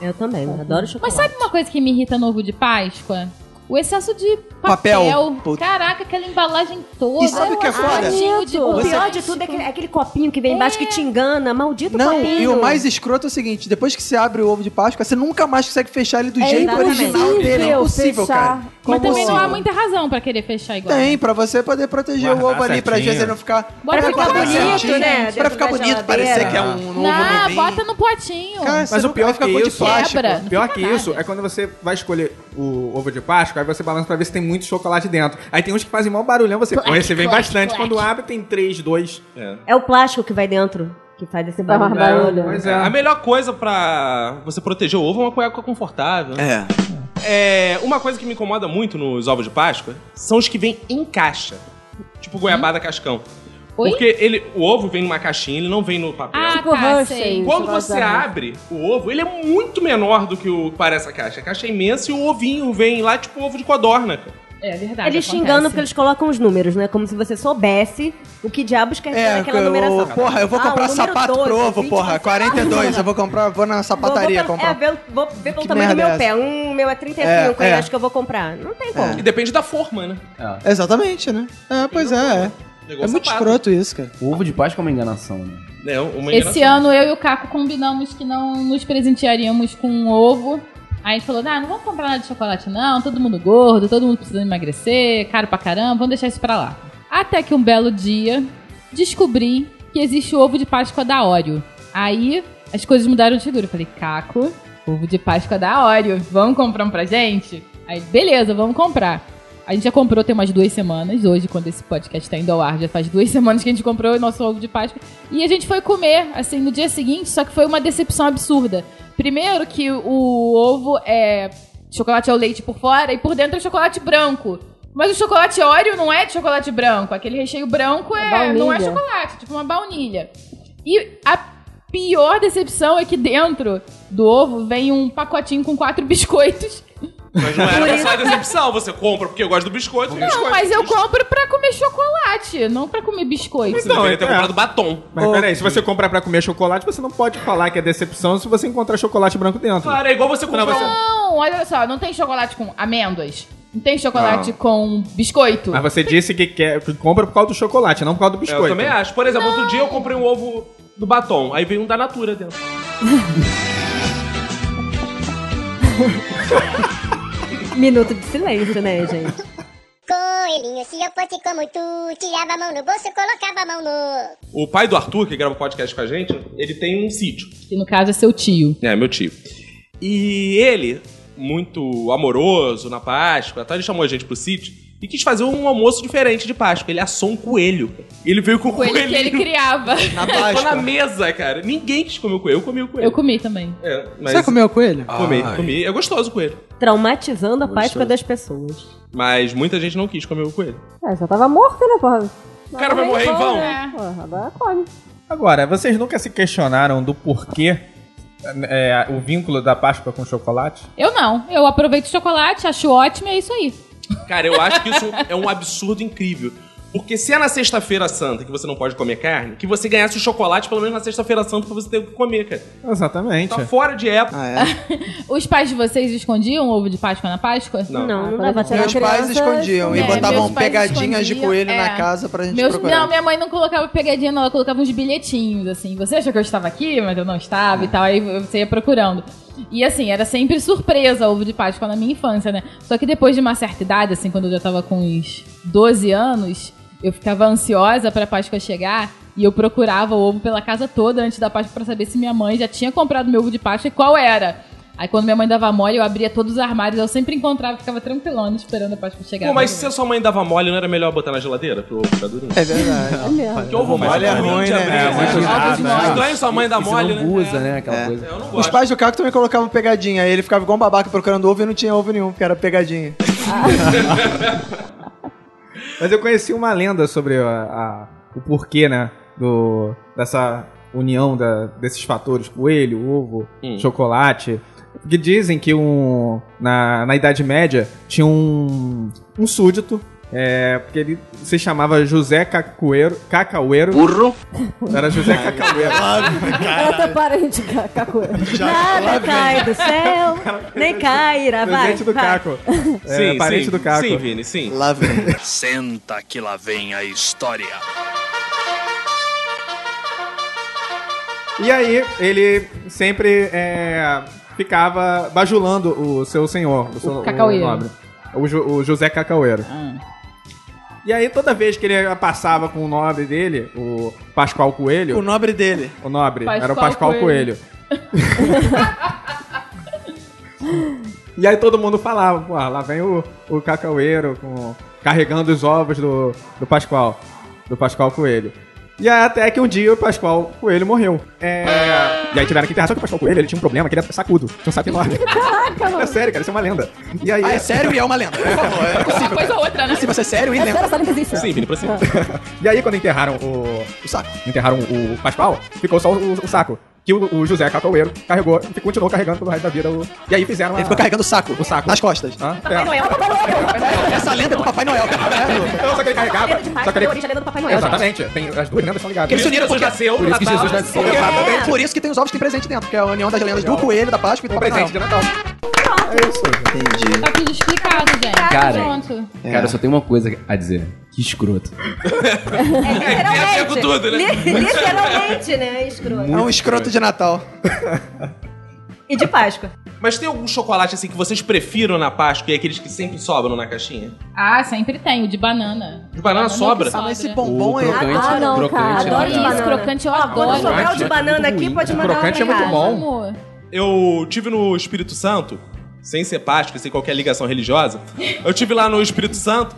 F: Eu também, eu adoro
C: Mas
F: chocolate.
C: sabe uma coisa que me irrita no ovo de Páscoa? O excesso de
B: Papel.
C: papel.
B: Puta.
C: Caraca, aquela embalagem toda.
B: E sabe o que é
C: Ah,
B: foda?
C: tinho de
D: O
F: O
C: plástico.
F: pior de tudo é
D: Tipo,
F: aquele, é aquele copinho que vem embaixo que
D: é.
F: te engana. Maldito
B: Não,
F: copinho.
B: e o mais escroto é o seguinte: depois que você abre o ovo de Páscoa, você nunca mais consegue fechar ele do
D: É
B: jeito original
D: impossível
B: dele. É impossível,
D: fechar.
B: cara.
C: Mas também não há
B: possível?
C: muita razão pra querer fechar igual.
B: Tem, pra você poder proteger o
E: Guardar
B: ovo ali, pra às
E: certinho.
B: vezes ele não ficar.
C: Bota
B: pra
C: no
B: guardar
C: potinho,
B: certinho,
C: né,
B: Pra
F: dentro
B: ficar
F: da
B: bonito,
F: geladeira.
B: parecer que é um novo
C: Não,
B: neném.
C: bota no potinho.
B: Cara,
E: Mas
B: você
E: o pior é
B: nunca-
E: que
B: fica cor de
E: isso,
C: plástico. Quebra,
E: o pior
C: não
E: que
C: fica
E: isso
C: nada.
E: é quando você vai escolher o ovo de Páscoa, aí você balança pra ver se tem muito chocolate dentro. Aí tem uns que fazem maior barulhão, você, pô, esse vem bastante. Quando abre, tem três, dois.
F: É o plástico que vai dentro que faz esse
D: Dá uma
F: barulho.
D: Tá barulho.
E: Pois é.
A: A melhor coisa pra você proteger o ovo é uma cueca confortável.
B: É.
A: É, uma coisa que me incomoda muito nos ovos de Páscoa são os que vêm em caixa. Tipo goiabada cascão.
C: Oi?
A: Porque ele, o ovo vem numa caixinha, ele não vem no papel.
C: Ah,
D: Tipo
C: tá,
D: Hershey.
C: sei.
A: Quando
D: isso,
A: você
D: guardar.
A: abre o ovo, ele é muito menor do que o que parece a caixa. A caixa é imensa e o ovinho vem lá tipo ovo de codorna. cara.
C: É verdade.
F: Eles te
C: acontece.
F: enganam porque eles colocam os números, né? Como se você soubesse o que diabos quer dizer
B: É,
F: aquela
B: eu-
F: numeração.
B: porra, eu vou
F: Ah,
B: comprar
F: o número
B: sapato
F: 12,
B: pro ovo,
F: 20,
B: porra.
F: sei lá.
B: 42, eu vou comprar, vou na
F: um, Vou-
B: sapataria
F: vou,
B: comprar.
F: pelo- É, ver, vou ver pelo
B: Que
F: tamanho do
B: merda
F: meu
B: é
F: pé.
B: essa?
F: Um meu é 35,
B: É, é.
F: eu acho que eu vou comprar. Não tem como.
A: E depende da forma, né?
B: Exatamente, né? É, pois é. é. É
A: Negócio
B: muito
A: sapato.
B: escroto isso, cara.
G: O ovo de Páscoa é uma enganação, né?
A: É, uma
C: Esse
A: enganação.
C: ano eu e o Caco combinamos que não nos presentearíamos com um ovo. Aí a gente falou, ah, não vamos comprar nada de chocolate não, todo mundo gordo, todo mundo precisando emagrecer, caro pra caramba, vamos deixar isso pra lá. Até que um belo dia, descobri que existe o ovo de Páscoa da Oreo. Aí as coisas mudaram de figura. Eu falei, Caco, ovo de Páscoa da Oreo, vamos comprar um pra gente? Aí, ele, beleza, vamos comprar. A gente já comprou tem umas duas semanas, hoje, quando esse podcast tá indo ao ar, já faz duas semanas que a gente comprou o nosso ovo de Páscoa. E a gente foi comer, assim, no dia seguinte, só que foi uma decepção absurda. Primeiro que o ovo é chocolate ao leite por fora e por dentro é chocolate branco. Mas o chocolate Oreo não é de chocolate branco. Aquele recheio branco é,
D: É
C: não é
D: baunilha.
C: chocolate, tipo uma baunilha. E a pior decepção é que dentro do ovo vem um pacotinho com quatro biscoitos.
A: Mas não era só a decepção. Você compra porque eu gosto do biscoito. e
C: Não,
A: biscoito.
C: mas eu compro pra comer chocolate, não pra comer biscoito.
A: Você deveria ter
B: é.
A: comprado batom.
E: Mas peraí, se você comprar pra comer chocolate, você não pode falar que é decepção se você encontrar chocolate branco dentro.
A: Claro, é igual você comprar
E: você-
A: um
C: Não, olha só, não tem chocolate com amêndoas. Não tem chocolate com biscoito.
A: Ah.
E: Mas você disse que, quer, que compra por causa do chocolate, não por causa do biscoito.
A: Eu também acho. Por exemplo, outro dia eu comprei um ovo do batom, aí veio um da Natura dentro.
F: Minuto de silêncio, né, gente?
H: Coelhinho, se eu fosse como tu, tirava a mão no bolso, colocava a mão no.
A: O pai do Arthur, que grava podcast com a gente, ele tem um sítio.
C: Que no caso é seu tio.
A: É, meu tio. E ele, muito amoroso na Páscoa, tá? ele chamou a gente pro sítio e quis fazer um almoço diferente de Páscoa. Ele assou um coelho. Ele veio com o
C: Coelho
A: coelho.
C: que ele criava.
B: Na
A: Ficou na
B: Páscoa.
A: mesa, cara. Ninguém quis comer o coelho. Eu comi o coelho.
C: Eu comi também.
A: É, mas...
B: Você comeu coelho?
A: Comi,
J: Ai.
A: comi. É gostoso o coelho.
F: Traumatizando a Páscoa das pessoas.
A: Mas muita gente não quis comer o coelho.
D: É, já tava morto, né, porra?
A: O cara vai
C: Mas
A: morrer então? em
C: bom,
A: vão.
F: Ah.
C: né?
D: Porra, agora come.
E: Agora, vocês nunca se questionaram do porquê é, o vínculo da Páscoa com chocolate?
C: Eu não. Eu aproveito o chocolate, acho ótimo e é isso aí.
A: Cara, eu acho que isso é um absurdo incrível. Porque se é na sexta-feira santa que você não pode comer carne, que você ganhasse o chocolate pelo menos na sexta-feira santa pra você ter o que comer, cara.
E: Exatamente.
A: Tá fora de época.
B: Ah, é.
C: Os pais de vocês escondiam ovo de Páscoa na Páscoa?
A: Não.
F: Não,
D: Ah,
F: não,
D: quando a
F: dava
D: gente
F: tempo.
D: era
B: Meus pais
D: criança,
B: escondiam e
C: é, meus
B: botavam
C: pais
B: pegadinhas de
C: escondiam,
B: coelho
C: é.
B: na casa pra gente
C: Meus- não,
B: procurar.
C: minha mãe não colocava pegadinha, não. Ela colocava uns bilhetinhos, assim. Você achou que eu estava aqui, mas eu não estava e tal. Aí você ia procurando. E assim, era sempre surpresa ovo de Páscoa na minha infância, né? Só que depois de uma certa idade, assim, quando eu já tava com uns 12 anos, eu ficava ansiosa pra Páscoa chegar e eu procurava o ovo pela casa toda antes da Páscoa pra saber se minha mãe já tinha comprado meu ovo de Páscoa e qual era. Aí quando minha mãe dava mole, eu abria todos os armários, eu sempre encontrava, ficava tranquilona esperando a Páscoa chegar.
A: Pô, mas se a sua mãe dava mole, não era melhor botar na geladeira pro ovo ficar durinho?
B: É verdade.
D: É mesmo.
A: Porque ovo mole é ruim de abrir.
E: É, muito
A: Ah, mas
E: chato, né?
A: Estranho sua mãe dar mole, né?
G: não usa,
A: É.
G: né? Aquela coisa.
A: É, Eu não
B: Os
A: gosto.
B: pais do Caco também colocavam pegadinha. Aí ele ficava igual um babaca procurando ovo e não tinha ovo nenhum, porque era pegadinha.
E: Mas eu conheci uma lenda sobre a- a- o porquê, né? Do, dessa união da- desses fatores, coelho, ovo,
A: Hum.
E: chocolate. Porque dizem que um, na, na Idade Média tinha um, um súdito, é, porque ele se chamava José Cacueiro, Cacaueiro. Burro? Era José Cacaueiro.
A: tá
D: Era
C: ah.
D: teu parente, ca- cacoeira.
F: Nada cai do céu, nem cairá, vai.
E: Presente do
F: vai.
E: Caco. É, parente do Caco.
A: Sim, Vini, sim.
B: Lá vem.
J: Senta que lá vem a história.
E: E aí, ele sempre é, ficava bajulando o seu senhor, o, seu,
C: cacaueiro.
E: o nobre. O, Ju- o José Cacaueiro. E aí, toda vez que ele passava com o nobre dele, o Pascoal Coelho,
B: O nobre dele.
E: o nobre, era o
C: Pascoal
E: Pascoal Coelho. E aí todo mundo falava, pô, lá vem o, o cacaueiro com, carregando os ovos do, do Pascoal. Do Pascoal Coelho. E aí, até que um dia o Pascoal Coelho morreu. É... E aí tiveram que enterrar, só que o Pascoal Coelho ele tinha um problema, que ele era sacudo. Tinha um saco enorme.
D: Caraca, mano.
E: É sério, cara, isso é uma lenda. E aí...
K: Ah, é sério e é uma lenda. Por favor, é
C: Uma
K: possível.
C: coisa ou outra, né?
K: Se você é sério e
D: É
K: lembra
D: sério, sabe que existe.
A: Sim, Vini, prossiga.
E: E aí, quando enterraram o.
K: o saco.
E: Enterraram o, o Pascoal, ficou só o, o saco. Que o, o José Cacaueiro carregou e continuou carregando pelo resto da vida. O... E aí fizeram a.
K: Ele ficou carregando o saco,
E: O saco.
K: nas costas.
E: Hã?
F: Papai
E: É.
F: Noel, Papai Noel.
K: Essa lenda é do Papai Noel, cara.
E: Então, só que ele carregava.
F: Lenda é de
E: Só
F: Páscoa,
E: que
F: a
E: ele...
F: origem da lenda do Papai Noel.
E: Exatamente. Tem, as duas lendas são ligadas.
K: Porque eles se uniram
A: Jesus
K: porque...
A: nasceu
E: Por
A: no
E: isso que
A: Natal.
E: Jesus nasceu.
F: É.
K: Exatamente. É Por isso que tem os ovos que tem presente dentro, que é a união das lendas do coelho, da Páscoa e do
E: Um
K: Papai Noel.
E: presente de Natal. É isso.
B: Entendi.
C: Tá tudo explicado, gente.
G: Cara.
C: Pronto.
G: Cara, eu só tenho uma coisa a dizer. Que escroto.
F: É,
A: É, pego
F: literalmente.
A: tudo, né?
F: Li- Literalmente, né? Escroto.
K: É um escroto de Natal.
F: E de Páscoa.
A: Mas tem algum chocolate assim que vocês prefiram na Páscoa e aqueles que sempre sobram na caixinha?
C: Ah, sempre tem. O de banana.
A: De banana sobra?
K: Ah, mas esse
G: O
K: bombom é...
G: crocante,
D: Ah, não, cara,
G: crocante,
D: adoro
G: né?
D: de
C: Isso,
D: banana.
C: crocante eu
F: Quando
C: adoro.
F: sobrar o
E: crocante
F: de
E: é
F: banana
E: muito
F: aqui,
E: ruim.
F: pode mandar lá
E: Crocante
F: pra
E: é muito
F: casa.
E: bom.
C: Amor.
A: Eu tive no Espírito Santo, sem ser Páscoa, sem qualquer ligação religiosa. Eu tive lá no Espírito Santo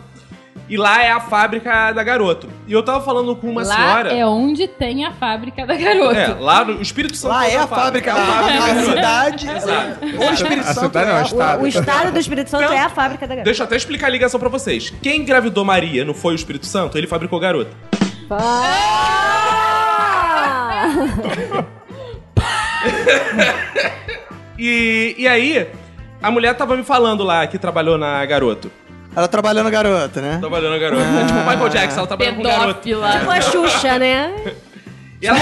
A: e lá é a fábrica da Garoto. E eu tava falando com uma
C: lá
A: senhora.
C: é onde tem a fábrica da garota.
A: É, lá no o Espírito Santo.
K: Lá é a fábrica, a a cidade, o Espírito
E: A
K: Santo
E: cidade não, é o estado.
F: O estado do Espírito Santo
A: Tanto-
F: é a fábrica da garota.
A: Deixa eu até explicar a ligação pra vocês. Quem engravidou Maria não foi o Espírito Santo, ele fabricou garota.
D: Ah!
A: E, e aí, a mulher tava me falando lá que trabalhou na garoto.
K: Ela trabalhando garota, né?
A: Trabalhou na garoto. É tipo o Michael Jackson, ela trabalhou com garoto.
C: Pedófila.
F: Tipo a Xuxa, né?
A: E, ela-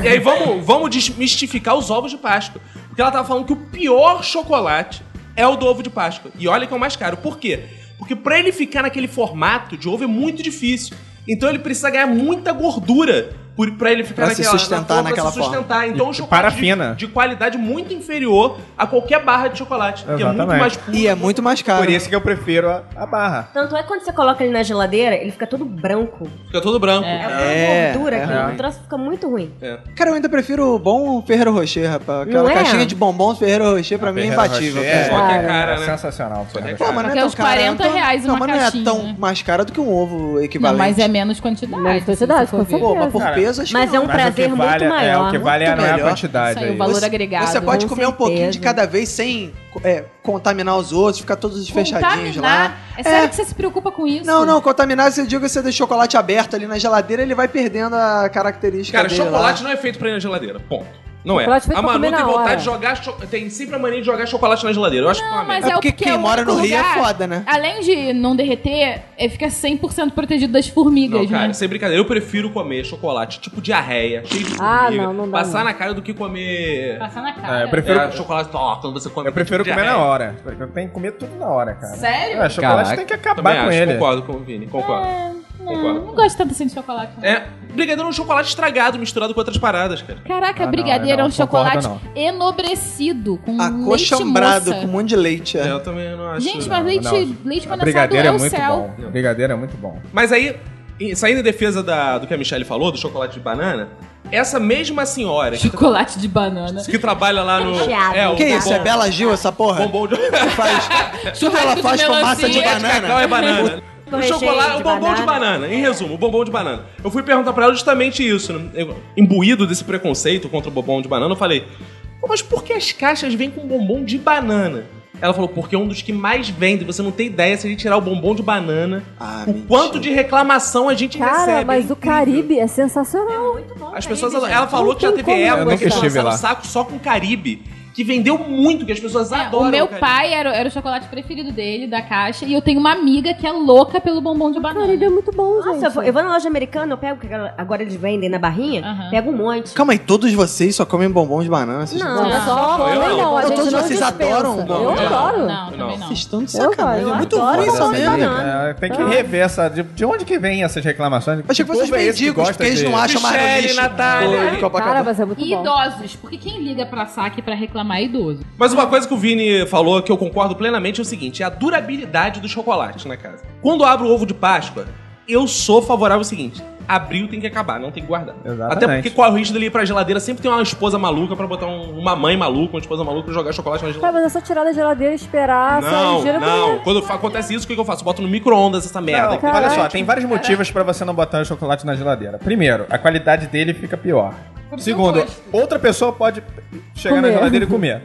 A: e aí vamos, vamos desmistificar os ovos de Páscoa. Porque ela tava falando que o pior chocolate é o do ovo de Páscoa. E olha que é o mais caro. Por quê? Porque pra ele ficar naquele formato de ovo é muito difícil. Então ele precisa ganhar muita gordura por, pra ele ficar
K: Pra se
A: naquela
K: sustentar
A: forma,
K: naquela
A: pra se sustentar. Então é um chocolate
E: parafina.
A: De, de qualidade muito inferior a qualquer barra de chocolate. Que é muito
E: Exatamente.
A: mais puro.
K: E é muito mais caro.
E: Por isso que eu prefiro a, a barra.
F: Tanto é que quando você coloca ele na geladeira, ele fica todo branco.
A: Fica todo branco.
F: É uma
K: É,
F: gordura
K: é
F: aqui.
E: ruim.
F: O troço fica muito ruim.
K: Cara, eu ainda prefiro o bom Ferreiro Rocher, rapaz. Aquela
F: Não é?
K: caixinha de bombom Ferreiro Rocher pra mim é imbatível.
E: Ah, É,
K: cara.
A: Qualquer cara, né?
E: sensacional.
A: Qualquer
K: Pô, mas não é
C: Porque
K: tão
C: uns
K: caro,
C: 40
K: então-
C: reais
K: não,
C: uma
K: mas
C: caixinha,
K: não é tão
C: né?
K: mais caro do que um ovo
C: Não,
K: equivalente.
C: mas é menos quantidade.
D: Menos
C: assim, se
D: quantidade,
C: for ver.
D: com
K: Pô, mas por
E: Cara,
K: peso, acho
F: Mas
K: que
F: é
K: não.
F: um prazer muito
E: É,
F: maior.
E: o que vale é-
K: muito
E: não é a
K: melhor.
E: quantidade.
C: Isso aí,
E: é
C: o valor
K: Você-
C: agregado.
K: Você pode
F: com
K: comer um pouquinho de
F: certeza.
K: cada vez sem é, contaminar os outros, ficar todos fechadinhos lá.
C: Contaminar? É sério que você se preocupa com isso?
K: Não, não, contaminar, você diga que você deixa o chocolate aberto ali na geladeira, ele vai perdendo a característica
A: Cara,
K: dele lá.
A: chocolate não é feito pra ir na geladeira. Ponto. Não é.
D: Chocolate feito
A: A
D: pra
A: Manu
D: comer
A: tem
D: na
A: vontade
D: hora.
A: de jogar. cho- Tem sempre a mania de jogar chocolate na geladeira. Eu acho que é uma
C: mas
A: merda.
C: é,
K: É porque
C: o- porque
K: quem
C: é o
K: mora no
C: único
K: Rio é
C: lugar-
K: foda, né?
C: Além de não derreter, é fica 100% protegido das formigas,
A: Não, cara,
C: né?
A: sem brincadeira. Eu prefiro comer chocolate tipo diarreia, cheio de
D: Ah,
A: formiga,
D: não, não dá,
A: passar
D: não.
A: na cara do que comer.
C: Passar na
E: É,
C: cara.
E: eu prefiro-
A: é, chocolate ó, quando você come.
E: Eu prefiro
A: tipo
E: comer na
A: diarreia.
E: é hora. Eu tenho que comer tudo na hora, cara.
C: Sério?
E: É, chocolate
G: Caraca.
E: tem que
A: Também
E: acabar com
A: acho,
E: ele.
A: concordo com o Vini, concordo.
D: É,
C: Não, não gosto tanto assim de chocolate. não.
A: É, brigadeiro é um chocolate estragado misturado com outras paradas, cara.
C: Caraca,
E: Ah, não,
C: brigadeiro
E: não,
C: é um
E: não concordo,
C: chocolate enobrecido, com
D: Hum,
C: leite
K: Acochambrado, com um
C: moça.
K: monte de leite. É.
A: Eu também não acho.
C: Gente,
A: não.
C: mas leite,
E: não.
C: leite
E: A
C: condensado
E: brigadeiro
C: é
E: é
C: o
E: muito
C: céu.
E: bom. Brigadeiro é muito bom.
A: Mas aí, em- saindo em defesa da- do que a Michelle falou, do chocolate de banana, essa mesma senhora que, tá
C: Chocolate de banana.
A: que trabalha lá no.
F: Chiado.
A: o
K: Que isso? É
A: bombom-
K: Bela Gil essa porra?
A: Bombom de.
K: Faz... Tudo
C: Churrasco
K: ela
C: de
K: faz com massa de
C: melancia.
A: Cacau
K: banana.
A: é banana. O
F: um recheio
A: chocolate,
F: de
A: o bombom de
F: banana.
A: banana. Em resumo, o bombom de banana. Eu fui perguntar pra ela justamente isso, né? Eu, imbuído desse preconceito contra o bombom de banana, eu falei: "Pô, "Mas por que as caixas vêm com bombom de banana?" Ela falou: "Porque é um dos que mais vende. Você não tem ideia se a gente tirar o bombom de banana,
K: Ah,
A: o
K: mentira.
A: quanto de reclamação a gente recebe."
D: Cara,
A: é
D: mas o
A: incrível.
D: Caribe é sensacional.
A: As pessoas, ela, ela
F: gente.
A: falou que já
D: tem
A: teve
D: como,
E: eu
A: época
E: nunca
A: que ela
E: estive
A: lançava
E: lá.
A: saco só com Caribe, que vendeu muito, que as pessoas
C: É,
A: adoram.
C: o meu
A: Caribe.
C: pai era, era o chocolate preferido dele, da caixa, e eu tenho uma amiga que é louca pelo bombom de banana.
D: Caribe é muito bom, gente.
F: Nossa, eu vou, eu vou na loja americana, eu pego, que agora eles vendem na barrinha,
C: Aham.
F: pego um monte.
K: Calma aí, todos vocês só comem bombom de banana? Vocês
F: Não,
C: Não,
D: Só
A: eu
D: comem
A: não.
D: não, a
K: Eu-
D: gente
K: todos
D: não
K: vocês
D: dispensa.
K: adoram um
D: Eu
K: bombom.
D: adoro.
C: Não, também não.
K: Vocês estão de
D: Eu
K: sacanagem.
D: gosto,
K: É
D: eu
K: muito
D: adoro
K: ruim isso
D: bombom de
K: mesmo.
F: banana.
E: É, tem que rever essa. De, de onde que vem essas reclamações?
K: Achei que fossem
E: povo é esse
K: mendigos,
E: gosta
K: porque eles
E: de-
K: não acham mais no
A: Michele,
K: lixo.
A: Natália.
K: do Copacabana.
D: Cara, mas é muito
C: E
D: bom.
C: idosos, porque quem liga pra saque pra reclamar é idoso.
A: Mas uma coisa que o Vini falou que eu concordo plenamente é o seguinte: é a durabilidade do chocolate na casa. Quando eu abro o ovo de Páscoa, eu sou favorável ao seguinte: abril tem que acabar, não tem que guardar.
E: Exatamente.
A: Até porque qual é o risco dele ir pra geladeira? Sempre tem uma esposa maluca pra botar um- uma mãe maluca, uma esposa maluca pra jogar chocolate na
D: Tá,
A: geladeira.
D: mas é só tirar da geladeira e esperar.
A: Não,
D: sair,
A: não. Quando fa- acontece isso, o que que eu faço? Boto no micro-ondas essa merda.
E: Não, olha só, tem vários motivos pra você não botar o chocolate na geladeira. Primeiro, a qualidade dele fica pior. Segundo, outra pessoa pode chegar
D: Comer.
E: na geladeira e comer.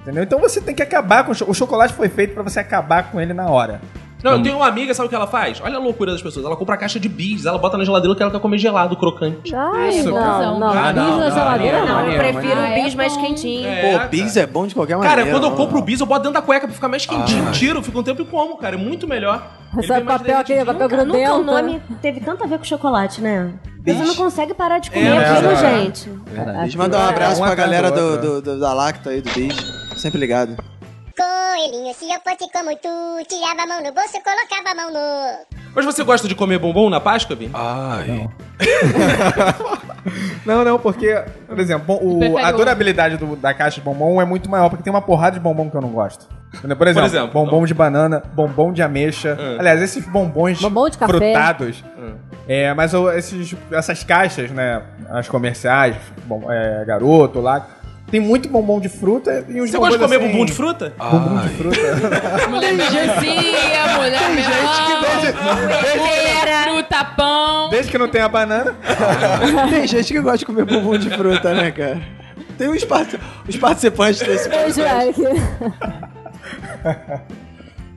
E: Entendeu? Então você tem que acabar com o cho- o chocolate foi feito pra você acabar com ele na hora.
A: Não, eu tenho uma amiga, sabe o que ela faz? Olha a loucura das pessoas. Ela compra a caixa de bis, ela bota na geladeira que ela quer comer gelado, crocante.
D: Ai,
C: Isso, cara.
D: não, não,
A: Ah, não,
D: Bis na
A: não,
D: geladeira
G: não,
D: não.
G: não.
L: Eu prefiro
C: Ah,
L: um
C: é
L: bis mais
C: bom.
L: quinzinho.
A: É,
B: Pô, bis é bom de qualquer maneira.
A: Cara, quando eu
B: mano.
A: compro o bis, eu boto dentro da cueca pra ficar mais
E: Ah.
A: quentinho. Tiro, fico um tempo e como, cara. É muito melhor. Ele
D: Sabe
A: vem mais
D: é papel aquele,
A: derretidinho.
D: papel
L: Nunca, nunca
D: grudento.
L: o nome teve tanto a ver com chocolate, né? Você não consegue parar de comer
A: É, né?
L: aquilo,
E: É.
L: gente.
B: Deixa eu mandar
A: é
B: um abraço
E: um
B: pra
E: atrás do
B: galera do,
E: outro,
B: do- do- da Lacta aí, do bis. Sempre ligado.
H: Coelhinho, se eu fosse como tu, tirava a mão no bolso, colocava a mão no.
A: Mas você gosta de comer bombom na Páscoa, Vini?
E: Ah,
I: Ai,
E: Não, não, porque, por exemplo, bom, o-
C: Prefere
E: a
C: o-
E: durabilidade do- da caixa de bombom é muito maior, porque tem uma porrada de bombom que eu não gosto. Entendeu? Por exemplo,
A: exemplo, É.
E: bombom de banana, bombom de ameixa. Aliás, esses bombons
D: Bombom de café.
E: frutados. É, mas eu- esses, essas caixas, né? As comerciais, bom, é, garoto lá. Tem muito bombom de fruta e uns
A: Você gosta de
E: bombons
A: comer
E: assim-
A: bombom de fruta?
I: ai.
C: Mulher beijazinha, mulher melão, mulher fruta pão.
E: Desde que não tenha banana.
B: Tem gente que gosta de comer bombom de fruta, né, cara? Tem os, parti- os participantes desse
D: Beijo, Eric.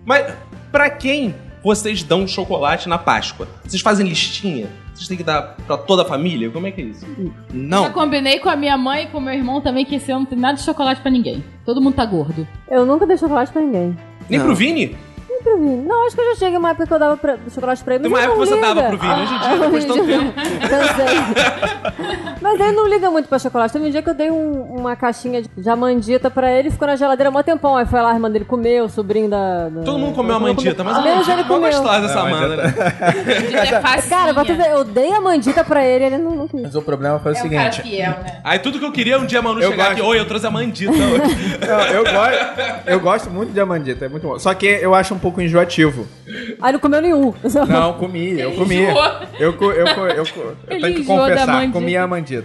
A: Mas pra quem vocês dão chocolate na Páscoa? Vocês fazem listinha? Vocês têm que dar pra toda a família? Como é que é isso?
C: Já combinei com a minha mãe e com o meu irmão também que esse ano não tem nada de chocolate pra ninguém. Todo mundo tá gordo.
D: Eu nunca dei chocolate pra ninguém.
A: Nem pro Vini?
D: Nunca vi. Não, acho que eu já cheguei uma época que eu dava pra- chocolate pra ele.
A: Tem
D: Mas
A: uma
D: ele
A: época que você
D: não Ah, liga.
A: dava pro Vini. Hoje em dia, depois de tanto tempo.
D: Cansei. é. Mas ele não liga muito pra chocolate. Teve um dia que eu dei um- uma caixinha de de amandita pra ele, ficou na geladeira mó tempão. Aí foi lá, a irmã dele comeu, o sobrinho da. da-
A: Todo mundo comeu a
D: todo mundo
A: mandita, mas a
D: Menos
A: mandita
D: ele
A: é mó
D: Ah, comeu.
A: gostosa essa
E: Não,
A: mana,
E: mas
A: né?
C: De ter é facinha. um
D: Cara, pra tu
A: é.
D: ver, eu dei a mandita pra ele, ele não, não quis.
E: Mas o problema foi o
C: É um cara
E: seguinte.
C: fiel, né?
A: Aí tudo que eu queria é um dia a Manu
E: Eu
A: chegar
E: gosto.
A: aqui. Oi, eu trouxe a mandita hoje.
E: Não, eu, gosto, eu gosto muito de amandita, é muito bom. Só que eu acho um pouco enjoativo.
D: Aí não comeu nenhum.
E: Não, comi, eu
C: Ele
E: comi.
C: enjoou.
E: Eu, co- eu, co- eu, co- eu
C: Ele
E: tenho que
C: enjoou da
E: confessar,
C: mandita.
E: comi a mandita.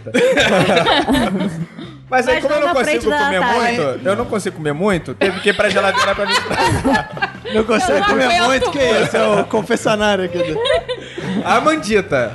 E: Mas aí,
L: Mas
E: como eu
L: não
E: não
L: na frente
E: consigo
L: da
E: comer
L: Natália.
E: muito, eu não consigo comer muito, teve que ir pra geladeira pra mim.
B: Não consegue
C: Eu não
B: comer
C: aguento
B: muito, que
C: muito.
B: isso? É o confessionário aqui. do-
E: A mandita.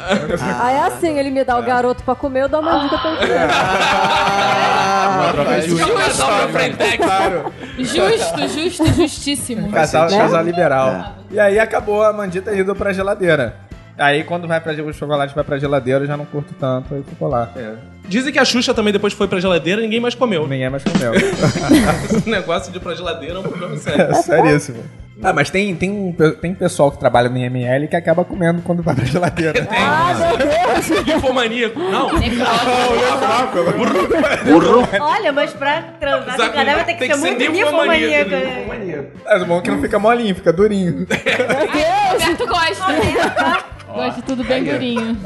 D: Aí é assim, ele me dá o garoto pra comer, eu dou a mandita pra ele comer.
B: Ah,
E: Troca de
C: justo.
A: um
E: juízo.
C: Sobre o pretexto.
E: Claro.
C: Justo, justo, justíssimo.
E: Casal,
B: sentido.
E: casal
C: É.
E: liberal. E aí acabou a mandita indo pra geladeira. Aí quando vai pra, o chocolate vai pra geladeira, eu já não curto tanto e ficou lá.
C: É.
A: Dizem que a Xuxa também depois foi pra geladeira e ninguém mais comeu. né?
E: Ninguém mais comeu.
A: Esse negócio de ir pra geladeira é um problema sério.
E: É seríssimo. Ah, mas tem, tem, um pe- tem pessoal que trabalha no IML que acaba comendo quando vai pra geladeira. Tem.
D: Ah, meu Deus!
A: Infomaníaco. Não,
L: Olha, mas pra transar com
A: Exato.
L: cadáver tem que
A: Tem
L: ser
A: que ser
L: muito
A: ninfomaníaco,
L: ninfomaníaco. né?
A: ninfomaníaco.
E: Mas o bom é que não fica molinho, fica durinho.
C: Roberto gosta. Gosta de tudo bem durinho.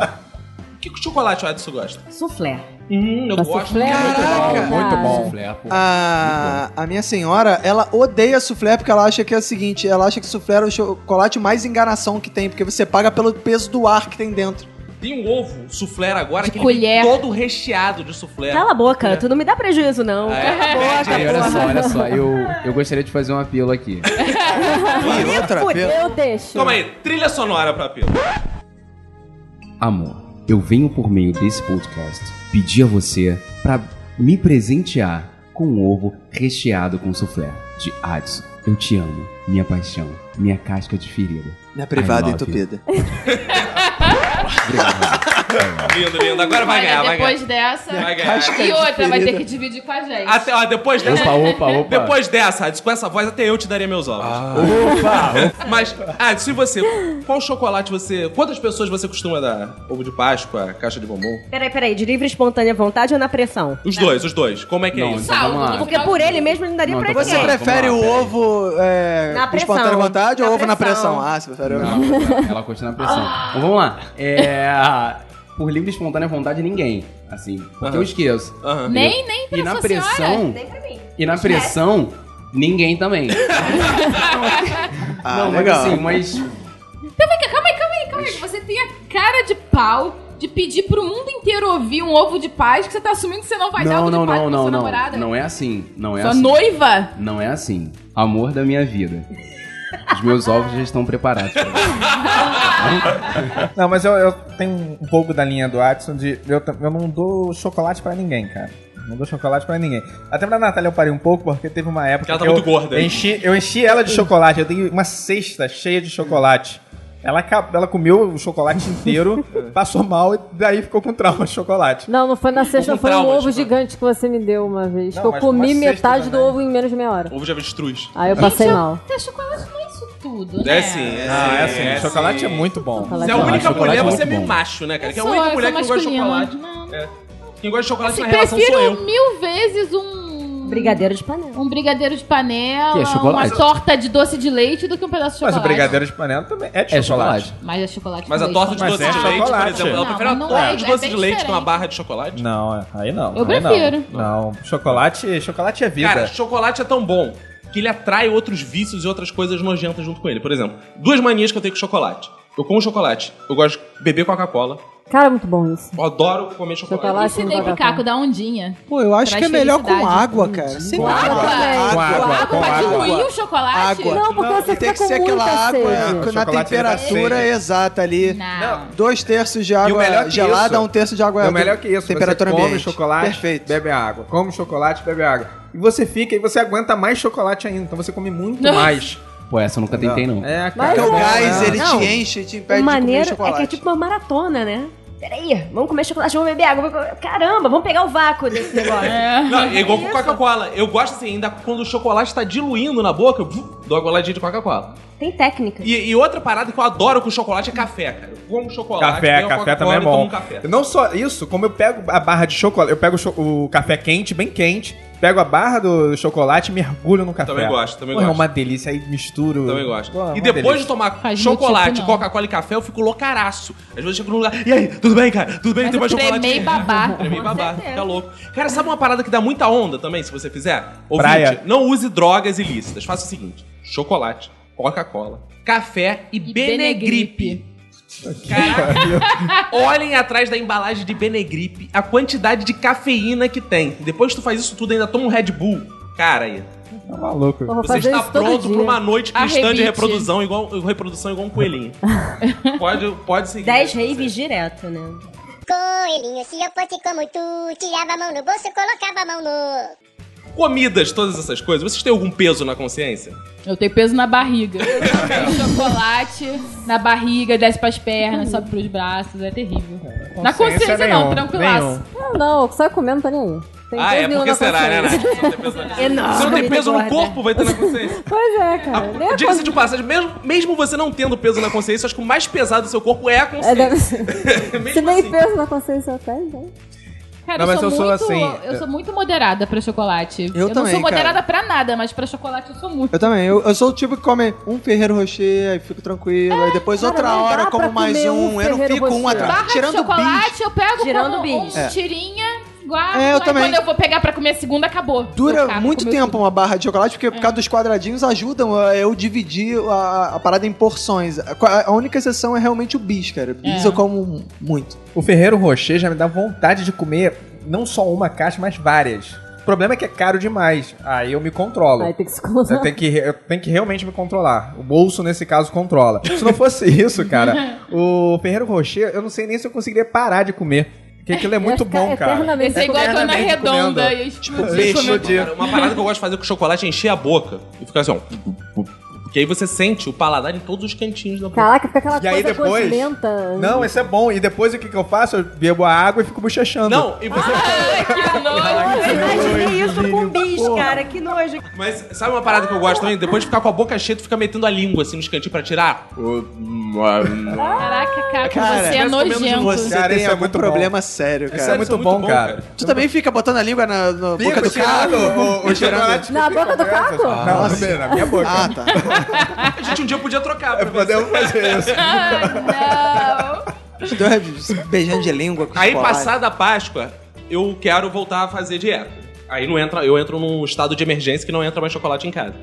A: O que que o chocolate o Adson gosta?
L: Soufflé.
A: Hum, eu gosto.
D: Flé, muito bom,
E: Muito
D: cara.
E: bom.
B: A, a minha senhora, ela odeia soufflé porque ela acha que é o seguinte, ela acha que soufflé é o chocolate mais enganação que tem, porque você paga pelo peso do ar que tem dentro.
A: Tem um ovo suflera agora
C: De
A: que ele vem
C: colher.
A: todo recheado de suflera.
L: Cala a boca, tu não me dá prejuízo, não.
A: É. Ah,
L: Cala a boca,
G: Gente, olha
L: porra.
G: só, olha só, eu, eu gostaria de fazer um apelo aqui.
B: E outra, pelo-
D: Eu deixo.
A: Toma aí, trilha sonora pra Pio.
G: Amor, eu venho por meio desse podcast pedir a você pra me presentear com um ovo recheado com soufflé de Adson. Eu te amo, minha paixão, minha casca de ferida.
B: minha privada
G: I love
B: entupida.
G: Obrigado.
A: Lindo, lindo. Agora vai
C: Olha,
A: ganhar, vai ganhar.
C: depois dessa.
A: Vai ganhar.
C: E outra, vai ter que dividir com a gente.
A: Até, ó, depois dessa.
G: Opa, opa, opa.
A: Depois dessa, Adson, com essa voz, até eu te daria meus ovos.
E: Ah.
A: Mas, Adson, e você? Qual chocolate você. Quantas pessoas você costuma dar? Ovo de Páscoa, caixa de bombom?
L: Peraí, peraí, de livre e espontânea vontade ou na pressão?
A: Os dois, os dois. Como é que é
G: Não,
A: isso?
G: então vamos lá.
L: Porque por ele mesmo ele não daria
G: Não,
L: pra
G: então
B: Você
F: É.
G: Vamos
L: ninguém.
G: lá,
B: prefere
G: vamos
B: o
G: lá,
B: ovo é,
L: Na
B: com espontânea
L: pressão.
B: vontade ou
L: Na
B: ovo na
L: pressão.
B: pressão? Ah, você prefere ovo.
G: Não, ela- ela continua na pressão. Mas Então, vamos lá. É. Por livre e espontânea vontade, ninguém. Assim, porque
A: Aham.
G: eu esqueço.
A: Aham.
C: Nem, nem pra
G: E na
C: sua senhora.
G: pressão.
L: Nem pra mim.
G: E na pressão, ninguém também.
B: Ah,
G: não, mas
B: legal.
G: assim, mas.
B: Ah,
C: Então vem cá, calma aí, calma aí, calma aí. que Você você tem a cara de pau de pedir pro mundo inteiro ouvir um ovo de paz que você tá assumindo que você não vai dar
G: Não,
C: ovo
G: não,
C: de paz pra
G: não,
C: sua
G: não, não.
C: namorada?
G: Não é assim. Não é
C: Sua
G: assim.
C: noiva?
G: Não é assim. Amor da minha vida. Os meus ovos já estão preparados. pra mim.
E: Não, mas eu, eu tenho um pouco da linha do Watson de. Eu, ta- eu não dou chocolate pra ninguém, cara. Não dou chocolate pra ninguém. Até pra Natália eu parei um pouco, porque teve uma época.
A: Porque ela tá
E: que eu
A: muito gorda.
E: Enchi, eu enchi ela de chocolate. Eu dei uma cesta cheia de chocolate. Ela, ca- ela comeu o chocolate inteiro, passou mal e daí ficou com trauma de chocolate.
D: Não, não foi na sexta,
E: Com
D: foi um
E: traumas,
D: ovo
E: mano.
D: gigante que você me deu uma vez.
E: Não,
D: que eu
E: mas com uma
D: comi
E: cesta
D: metade do
E: também.
D: ovo em menos de meia hora.
A: Ovo de avestruz.
D: Aí eu passei mal.
C: Até chocolate não é isso tudo, né?
A: É sim, é
E: Ah, é assim.
A: sim.
E: chocolate
A: sim.
E: é muito bom.
A: Se é a única
E: Chocolate
A: mulher,
E: é muito
A: você é meio
E: bom.
A: macho, né, cara? Que é a
C: Sou,
A: única
C: eu
A: mulher que
C: sou
A: não gosta de
C: masculina.
A: chocolate. É. Quem gosta de chocolate
C: Assim,
A: na relação
C: prefiro
A: sou eu.
C: mil vezes um.
F: Brigadeiro de panela.
C: Um brigadeiro de panela,
E: Que é
C: uma
E: chocolate.
C: torta de doce de leite do que um pedaço de
E: Mas
C: chocolate.
E: o brigadeiro de panela também é de
G: É
E: chocolate.
G: chocolate.
C: Mas é chocolate.
A: Mas
C: com
A: a
C: leite,
A: torta de
C: como
E: Mas
A: doce
E: é
A: de leite, por
E: chocolate.
A: exemplo. Ela
C: Não,
A: prefere uma
C: mas não
A: torta
C: é,
A: de
C: é
A: doce
C: bem
A: de leite que uma
C: diferente.
A: barra de chocolate.
E: Não, é- aí não.
C: Eu
E: aí
C: prefiro.
E: Não. não, chocolate, chocolate é vida.
A: Cara, chocolate é tão bom que ele atrai outros vícios e outras coisas nojentas junto com ele. Por exemplo, duas manias que eu tenho com chocolate. Eu como chocolate, eu gosto de beber Coca-Cola,
D: Cara, é muito bom isso.
A: eu adoro comer chocolate.
C: Eu
D: Chocolate
C: ensinei pro
D: com
C: Caco da ondinha.
K: Pô, eu acho
C: Traz
K: que é melhor com
C: felicidade.
K: água, cara. Sem
C: Com
K: nada.
C: água.
K: Água.
E: Com água,
C: Água
E: com
C: pra
E: água.
C: diluir o chocolate?
K: Água.
D: Não, porque você
K: Tem
D: fica
K: que
D: tá com
K: ser
D: muita
K: aquela água
D: sede.
K: na
E: Chocolate ele dá
K: temperatura
E: sede.
K: exata ali.
C: Não.
K: Dois terços de água
E: melhor que
K: gelada,
E: isso-
K: um terço de água
E: É o melhor que isso.
K: temperatura
E: você come
K: ambiente.
E: chocolate,
K: Perfeito.
E: bebe água. Come chocolate, bebe água. E você fica e você aguenta mais chocolate ainda. Então você come muito
C: Nossa.
E: mais.
G: Pô, essa eu nunca tentei, não.
E: É,
D: Mas
E: cara.
K: Porque
D: é,
K: o Então, gás,
D: né?
K: ele
D: Não.
K: te enche e te impede
L: O
K: de comer
L: maneiro é que é
K: chocolate.
L: tipo uma maratona, né? Peraí, vamos comer chocolate, vamos beber água. vamos- Caramba, vamos pegar o vácuo desse negócio.
A: Não, é igual com Coca-Cola. Eu gosto assim, ainda quando o chocolate tá diluindo na boca, eu puf, dou uma goladinha de Coca-Cola.
L: Tem técnica.
A: E, e outra parada que eu adoro com chocolate é café, cara. Eu como chocolate,
E: Café,
A: bebo
E: café
A: Coca-Cola
E: também é
A: e tomo
E: bom.
A: um café.
E: Não só isso, como eu pego a barra de chocolate, eu pego o cho- o café quente, bem quente, pego a barra do chocolate e mergulho no café.
A: Também gosto, também
E: Pô, É
A: gosto.
E: uma delícia, aí misturo.
A: Também Então gosto.
E: Pô, é
A: e
E: uma
A: depois de
E: delícia.
A: tomar
C: Faz meu
A: chocolate,
C: tipo, não.
A: Coca-Cola e café, eu fico loucaraço. Às vezes eu chego num lugar, e aí, tudo bem, cara? Tudo bem?
C: Mas
A: Tem mais
C: eu
A: chocolate?
C: tremei babá.
A: Tremei
C: Com
A: babá,
C: certeza.
A: fica louco. Cara, sabe uma parada que dá muita onda também, se você fizer?
E: Praia.
A: não use drogas ilícitas. Faça o seguinte, chocolate, Coca-Cola, café e, Benegripe. Caraca, olhem atrás da embalagem de Benegripe a quantidade de cafeína que tem. Depois que tu faz isso tudo, ainda toma um Red Bull. Cara, aí,
E: Tá maluco.
D: Eu vou
A: você
D: fazer
A: está
D: isso todo
A: pronto
D: dia.
A: pra uma noite cristã Um de
C: Arrebite.
A: reprodução igual, reprodução igual um coelhinho. pode, pode seguir.
F: 10 raves direto, né?
H: Coelhinho, se eu fosse como tu, tirava a mão no bolso, colocava a mão no.
A: Comidas, todas essas coisas, vocês têm algum peso na consciência?
C: Eu tenho peso na barriga. Tem chocolate na barriga, desce pras pernas, sobe pros braços, é terrível. na consciência não,
E: nenhum,
C: tranquilaço.
E: nenhum.
D: Não, não, só comendo, tá nem aí. Tem
A: ah,
D: dois
A: é,
D: mil
A: porque
D: na
A: será, né?
D: consciência.
A: Nath? Você não tem peso na consciência. Você não
F: Enorme.
A: tem peso no
F: Gorda.
A: corpo, vai ter na consciência. Ah,
D: Pois é, cara. Nem a
A: Diga-se de passagem, mesmo, mesmo você não tendo peso na consciência, acho que o mais pesado do seu corpo é a
D: É,
A: consciência.
D: deve ser.
A: Mesmo
D: Se nem
A: assim.
D: peso na consciência eu tenho, então.
C: Cara,
E: Não,
C: eu,
E: mas
C: sou
E: eu sou
C: muito,
E: assim,
C: eu
E: é.
C: sou muito moderada pra chocolate.
K: Eu
C: não
K: também,
C: sou
K: cara.
C: moderada pra nada, mas pra chocolate eu sou muito.
K: Eu também, eu, eu sou o tipo que come um Ferreiro Rocher, aí fico tranquilo, aí depois
D: É, cara,
K: outra
D: não dá
K: hora eu
D: pra
K: como mais
D: comer
K: um,
D: um
K: eu não
D: Ferrero
K: fico um
D: Rocher.
K: atrás,
C: Barra
K: tirando
C: de
K: o bicho.
C: chocolate, eu pego
F: Tirando
C: como
F: bis.
C: um tirinha, guardo,
K: É, eu
C: aí
K: também.
C: quando eu vou pegar pra comer a segunda, acabou. Eu
K: Dura
C: acabo,
K: muito
C: comeu
K: tempo
C: tudo.
K: uma barra de chocolate, porque por causa dos quadradinhos ajudam a eu dividir a, a parada em porções. A, a única exceção é realmente o bis, cara. Bis
C: É.
K: eu como muito.
E: O Ferreiro Rocher já me dá vontade de comer não só uma caixa, mas várias. O problema é que é caro demais. Aí eu me controlo.
D: Aí tem que se colocar.
E: Eu tenho, que, eu tenho que realmente me controlar. O bolso, nesse caso, controla. Se não fosse isso, cara, o Ferreiro Rocher, eu não sei nem se eu conseguiria parar de comer. Porque aquilo é muito bom, cara.
C: Esse é igual a dona
E: Eternamente
C: redonda.
E: comendo.
C: E eu tipo,
E: peixe.
A: Cara, uma parada que eu gosto de fazer com chocolate é encher a boca e ficar assim, ó. Porque aí você sente o paladar em todos os cantinhos da boca.
D: Caraca, fica aquela
E: E aí
D: coisa
E: depois-
D: gosmenta.
E: Não, isso é bom. E depois o que, que eu faço? Eu bebo a água e fico bochechando.
A: Não, e você.
C: que nojo.
F: Eu imaginei isso com bis, cara. Que nojo.
A: Mas sabe uma parada que eu gosto também? Depois de ficar com a boca cheia, tu fica metendo a língua assim nos cantinhos pra tirar.
C: Caraca, cara,
K: Cara,
C: você é
A: parece que eu menos de
C: nojento.
K: Você
E: Cara,
K: tem
E: isso é
K: algum
E: muito bom.
K: problema sério, cara.
E: isso é muito bom, cara.
K: Tu também fica botando a língua na, na boca do
E: tirando
K: carro?
E: o, o chocolate.
D: Na
E: que fica
D: boca do
E: aberto,
D: caco?
E: assim. Não,
K: Nossa.
E: na minha boca.
K: Ah, tá.
A: A gente um dia podia
E: É
A: trocar. Pra ver se-
E: Podemos fazer isso.
C: Ah, não.
K: Os dois tá beijando de língua com
A: Aí,
K: chocolate.
A: passada a Páscoa, eu quero voltar a fazer dieta. Aí não entra, eu entro num estado de emergência que não entra mais chocolate em casa.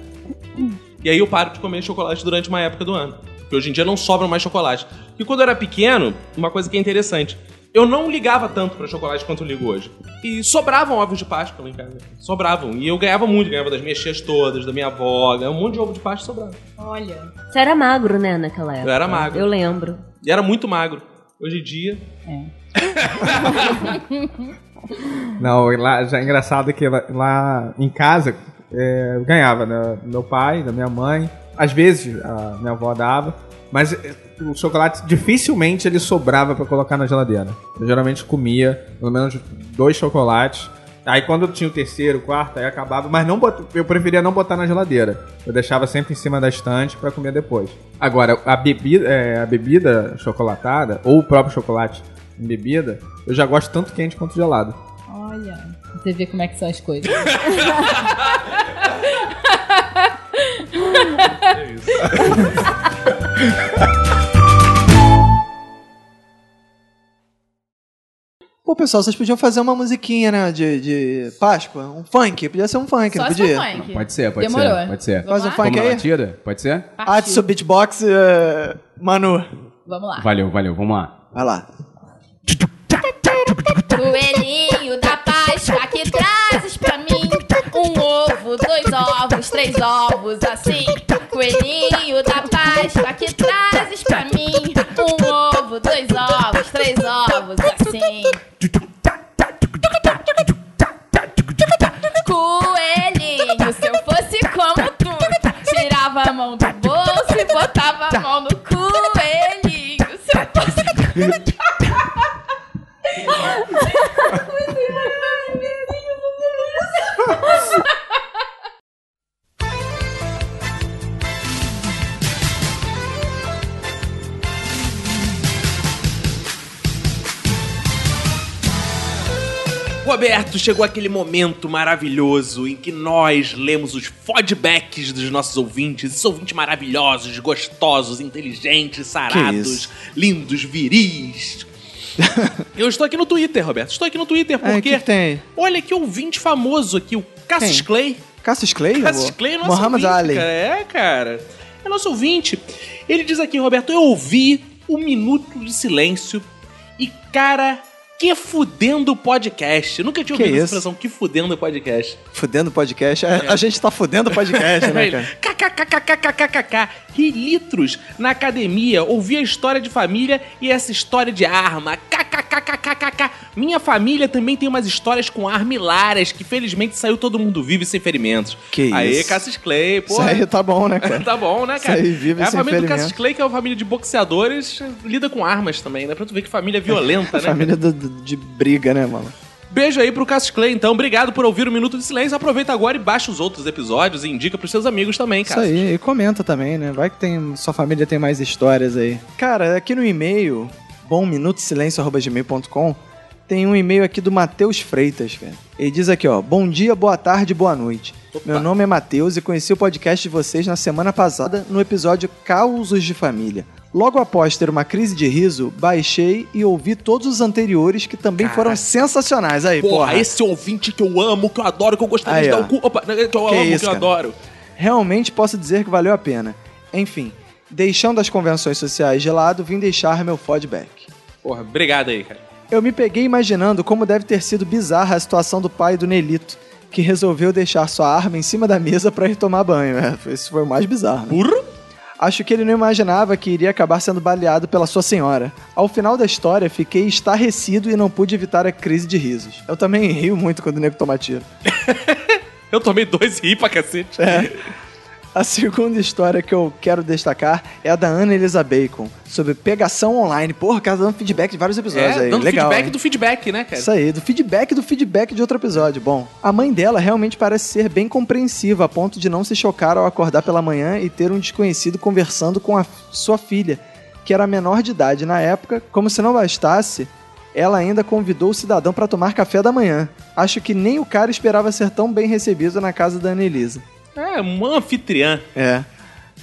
A: E aí eu paro de comer chocolate durante uma época do ano. Porque hoje em dia não sobram mais chocolate. E quando eu era pequeno, uma coisa que é interessante. Eu não ligava tanto pra chocolate quanto eu ligo hoje. E sobravam ovos de Páscoa lá em casa. Sobravam. E eu ganhava muito. Ganhava das minhas tias todas, da minha avó. Ganhava um monte de ovo de Páscoa sobrava.
L: Olha.
F: Você era magro, né, naquela época?
A: Eu era magro.
F: Eu lembro.
A: E era muito magro. Hoje em dia...
E: Não, lá já é engraçado que lá, lá em casa é, eu ganhava, né? Do Meu pai, da minha mãe. Às vezes a minha avó dava, mas é, o chocolate dificilmente ele sobrava pra colocar na geladeira. Eu geralmente comia pelo menos dois chocolates. Aí quando eu tinha o terceiro, o quarto, aí acabava, mas não bot- eu preferia não botar na geladeira. Eu deixava sempre em cima da estante pra comer depois. Agora, a bebida, é, a bebida chocolatada, ou o próprio chocolate em bebida, eu já gosto tanto quente quanto gelado.
C: Olha. Você vê como é que são as coisas.
B: Pô, pessoal, vocês podiam fazer uma musiquinha, né? De, de Páscoa. Um funk. Podia ser um funk,
C: Só
B: não
C: se for
B: podia?
C: funk.
G: Pode ser, pode
C: Demorou.
G: ser. Pode ser.
B: Faz um
C: Vamos lá?
B: funk
G: Vamos na
B: aí.
G: batida? Pode ser?
K: Ah,
C: Partiu.
B: Atsu, beatbox, eh, Manu.
C: Vamos lá.
G: Valeu, valeu, vamos lá.
B: Vai lá.
M: Coelhinho da Páscoa que trazes pra mim um ovo, dois ovos, três ovos, assim. Coelhinho da Páscoa que trazes pra mim um ovo, dois ovos, três ovos, assim. Coelhinho, se eu fosse como tu, tirava a mão do bolso e botava a mão no coelhinho. Se eu fosse
A: Roberto, chegou aquele momento maravilhoso em que nós lemos os feedbacks dos nossos ouvintes, esses ouvintes maravilhosos, gostosos, inteligentes, sarados,
B: isso?
A: lindos, viris. Eu estou aqui no Twitter, Roberto. Estou aqui no
B: É,
A: Twitter
B: o
A: porque
B: que que tem?
A: olha que ouvinte famoso aqui, o Cassius
B: Quem?
A: Clay.
B: Cassius Clay?
A: Cassius
B: amor?
A: Clay é nosso
B: Muhammad
A: ouvinte,
B: Ali.
A: Cara. É, cara. É nosso ouvinte. Ele diz aqui, Roberto, eu ouvi um minuto de silêncio e, cara, que fudendo podcast. Nunca tinha
B: Que
A: ouvido
B: isso?
A: essa expressão, que fudendo podcast.
B: Fudendo podcast. A,
A: É.
B: a gente tá fudendo podcast, né, cara?
A: KKKKKKKK. Ri litros na academia, ouvi a história de família e essa história de arma. KKKKKKK. Minha família também tem umas histórias com arma hilárias que felizmente saiu todo mundo vivo e sem ferimentos.
B: Que
A: Aê,
B: isso?
A: Cassius Clay, pô.
B: Isso aí tá bom, né, cara?
A: tá bom, né, cara?
B: Isso aí, vive
A: é a
B: sem
A: família do
B: ferimento.
A: Cassius Clay, que é uma família de boxeadores, lida com armas também, né? Pra tu ver que família violenta, né? cara?
B: É, Família do- do- de briga, né, mano?
A: Beijo aí pro Cassius Clay, então. Obrigado por ouvir o Minuto de Silêncio. Aproveita agora e baixa os outros episódios e indica pros seus amigos também,
B: Isso
A: Cassius.
B: aí, e comenta também, né? Vai que tem, sua família tem mais histórias aí. Cara, aqui no e-mail, bomminutosilencio.gmail.com, tem um e-mail aqui do Matheus Freitas, cara. Ele diz aqui, ó, bom dia, boa tarde, boa noite. Meu nome é Matheus e conheci o podcast de vocês na semana passada no episódio Causos de Família. Logo após ter uma crise de riso, baixei e ouvi todos os anteriores que também foram sensacionais. Aí,
A: Porra,
B: porra,
A: esse ouvinte que eu amo, que eu adoro, que eu gostaria
B: Aí,
A: de dar
B: ó.
A: o cu. Opa, que eu amo,
B: isso,
A: que eu
B: cara?
A: adoro.
B: Realmente posso dizer que valeu a pena. Enfim, deixando as convenções sociais de lado, vim deixar meu feedback.
A: Porra, obrigado aí, cara.
B: Eu me peguei imaginando como deve ter sido bizarra a situação do pai do Nelito, que resolveu deixar sua arma em cima da mesa para ir tomar banho. É, isso foi o mais bizarro. Né?
A: Burro?
B: Acho que ele não imaginava que iria acabar sendo baleado pela sua senhora. Ao final da história, fiquei estarrecido e não pude evitar a crise de risos. Eu também rio muito quando o nego toma tiro.
A: Eu tomei dois ri pra cacete.
B: É, A segunda história que eu quero destacar é a da Ana Elisa Bacon, sobre pegação online. Porra, cara, dando feedback de vários episódios
A: É,
B: aí.
A: dando
B: Legal,
A: feedback
B: hein?
A: do feedback, né, cara?
B: Isso aí, do feedback do feedback de outro episódio. Bom, a mãe dela realmente parece ser bem compreensiva, a ponto de não se chocar ao acordar pela manhã e ter um desconhecido conversando com a f- sua filha, que era menor de idade na época. Como se não bastasse, ela ainda convidou o cidadão para tomar café da manhã. Acho que nem o cara esperava ser tão bem recebido na casa da Ana Elisa.
A: É, uma anfitriã.
B: É.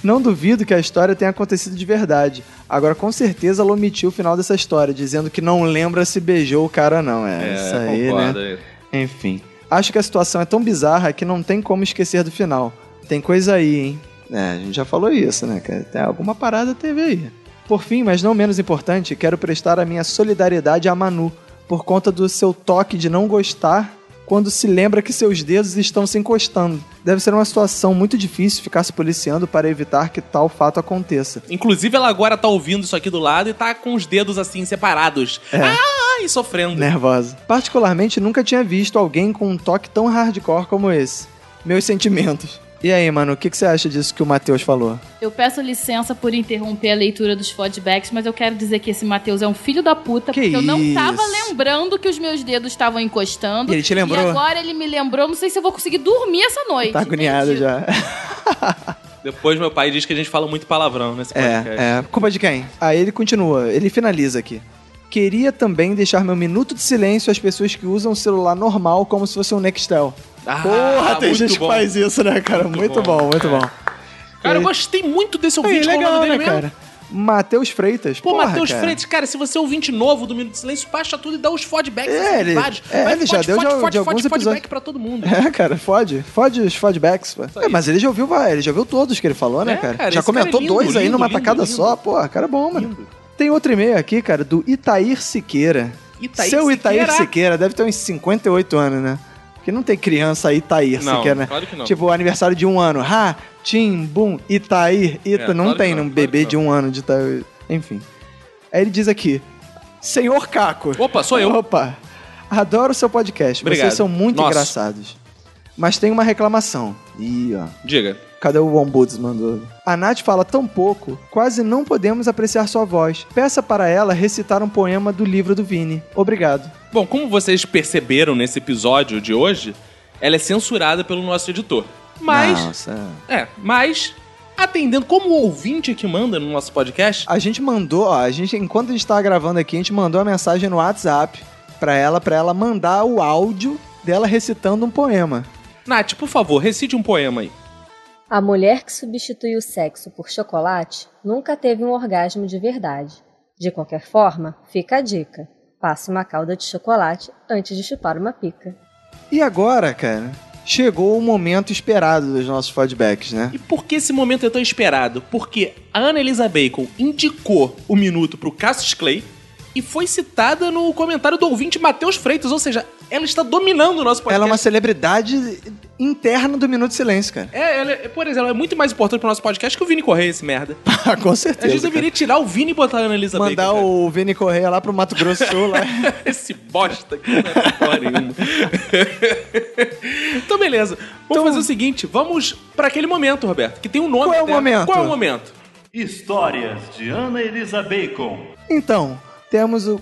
B: Não duvido que a história tenha acontecido de verdade. Agora, com certeza, ela omitiu o final dessa história, dizendo que não lembra se beijou o cara, não. É, isso aí, né? Enfim. Acho que a situação é tão bizarra que não tem como esquecer do final. Tem coisa aí, hein? É, a gente já falou isso, né, cara? Tem alguma parada teve aí. Por fim, mas não menos importante, quero prestar a minha solidariedade a Manu por conta do seu toque de não gostar quando se lembra que seus dedos estão se encostando. Deve ser uma situação muito difícil ficar se policiando para evitar que tal fato aconteça.
A: Inclusive, ela agora tá ouvindo isso aqui do lado e tá com os dedos assim separados.
B: É.
A: Ah, e sofrendo.
B: Nervosa. Particularmente, nunca tinha visto alguém com um toque tão hardcore como esse. Meus sentimentos. E aí, mano, o que, que você acha disso que o Matheus falou?
C: Eu peço licença por interromper a leitura dos feedbacks, mas eu quero dizer que esse Matheus é um filho da puta,
B: Que
C: porque eu não tava
B: isso?
C: lembrando que os meus dedos estavam encostando.
B: Ele te lembrou?
C: E agora ele me lembrou, não sei se eu vou conseguir dormir essa noite.
B: Tá agoniado já.
A: Depois meu pai diz que a gente fala muito palavrão nesse podcast.
B: É, é. Culpa de quem? Aí ele continua, ele finaliza aqui. Queria também deixar meu minuto de silêncio às pessoas que usam o celular normal como se fosse um Nextel.
A: Ah,
B: Porra, tem
A: muito
B: gente que
A: bom. é.
B: faz isso, né, cara? Muito, bom, muito bom.
A: Cara, eu gostei muito desse
B: Aí,
A: ouvinte com é o
B: legal,
A: nome
B: né,
A: dele mesmo.
B: cara? Matheus Freitas.
A: Pô,
B: porra,
A: Matheus
B: cara.
A: Freitas, cara, se você é ouvinte novo do Minuto de Silêncio, baixa tudo e dá os feedbacks. assim,
B: É, ele-
A: vários.
B: é,
A: Vai,
B: ele já
A: fode,
B: deu
A: fode,
B: de-
A: fode,
B: de alguns
A: fode, feedback
B: episódios.
A: pra todo mundo.
B: É, cara, fode. Fode os fodbacks, pô. É, mas ele já ouviu, vai, ele já ouviu todos que ele falou, né,
A: É,
B: cara?
A: cara,
B: Já
A: esse cara
B: comentou
A: é lindo,
B: dois aí
A: lindo,
B: numa
A: lindo,
B: tacada
A: lindo.
B: só, porra, cara é bom, mano. Tem outro e-mail aqui, cara, do Itair Siqueira.
A: Itair
B: Seu Itair
A: Siqueira?
B: Siqueira. deve ter uns 58 anos, né? Porque não tem criança Itair
A: Não,
B: Siqueira, né?
A: claro que não.
B: Tipo, aniversário de um ano. Ha, Tim, Bum, Itair, Ita.
A: É,
B: não
A: claro que
B: tem
A: não,
B: um
A: claro
B: bebê
A: que
B: de um ano de Itair. Enfim. Aí ele diz aqui: Senhor Caco.
A: Opa, sou eu.
B: Opa. Adoro seu podcast.
A: Obrigado.
B: Vocês são muito
A: Nosso.
B: engraçados. Mas tem uma reclamação. Ih, ó.
A: Diga.
B: Cadê o Ombudsman do... A Nath fala tão pouco, quase não podemos apreciar sua voz. Peça para ela recitar um poema do livro do Vini. Obrigado.
A: Bom, como vocês perceberam nesse episódio de hoje, ela é censurada pelo nosso editor. Mas,
B: Nossa.
A: é, mas, atendendo como o ouvinte que manda no nosso podcast,
B: A gente mandou, ó, a gente, enquanto a gente tava gravando aqui, a gente mandou a mensagem no WhatsApp pra ela, pra ela mandar o áudio dela recitando um poema.
A: Nath, por favor, recite um poema aí.
N: A mulher que substituiu o sexo por chocolate nunca teve um orgasmo de verdade. De qualquer forma, fica a dica. Passe uma calda de chocolate antes de chupar uma pica.
B: E agora, cara, chegou o momento esperado dos nossos feedbacks, né?
A: Por que esse momento é tão esperado? Porque a Ana Elisa Bacon indicou o minuto pro Cassius Clay e foi citada no comentário do ouvinte Matheus Freitas, ou seja, ela está dominando o nosso podcast.
B: Ela é uma celebridade interna do Minuto de Silêncio, cara.
A: É, ela é- por exemplo, ela é muito mais importante pro nosso podcast que o Vini Correia, esse merda.
B: Ah, com
A: A gente
B: certeza.
A: deveria tirar o Vini e botar a Ana Elisa Bacon.
B: Mandar o Vini Correia lá pro Mato Grosso do Sul. Lá.
A: Esse bosta que não é porra nenhuma. então, beleza. Vamos fazer o seguinte: vamos pra aquele momento, Roberto, que tem um nome.
B: Qual é o
A: dela.
B: momento?
A: Qual é o momento?
O: Histórias de Ana Elisa Bacon.
B: Então, temos o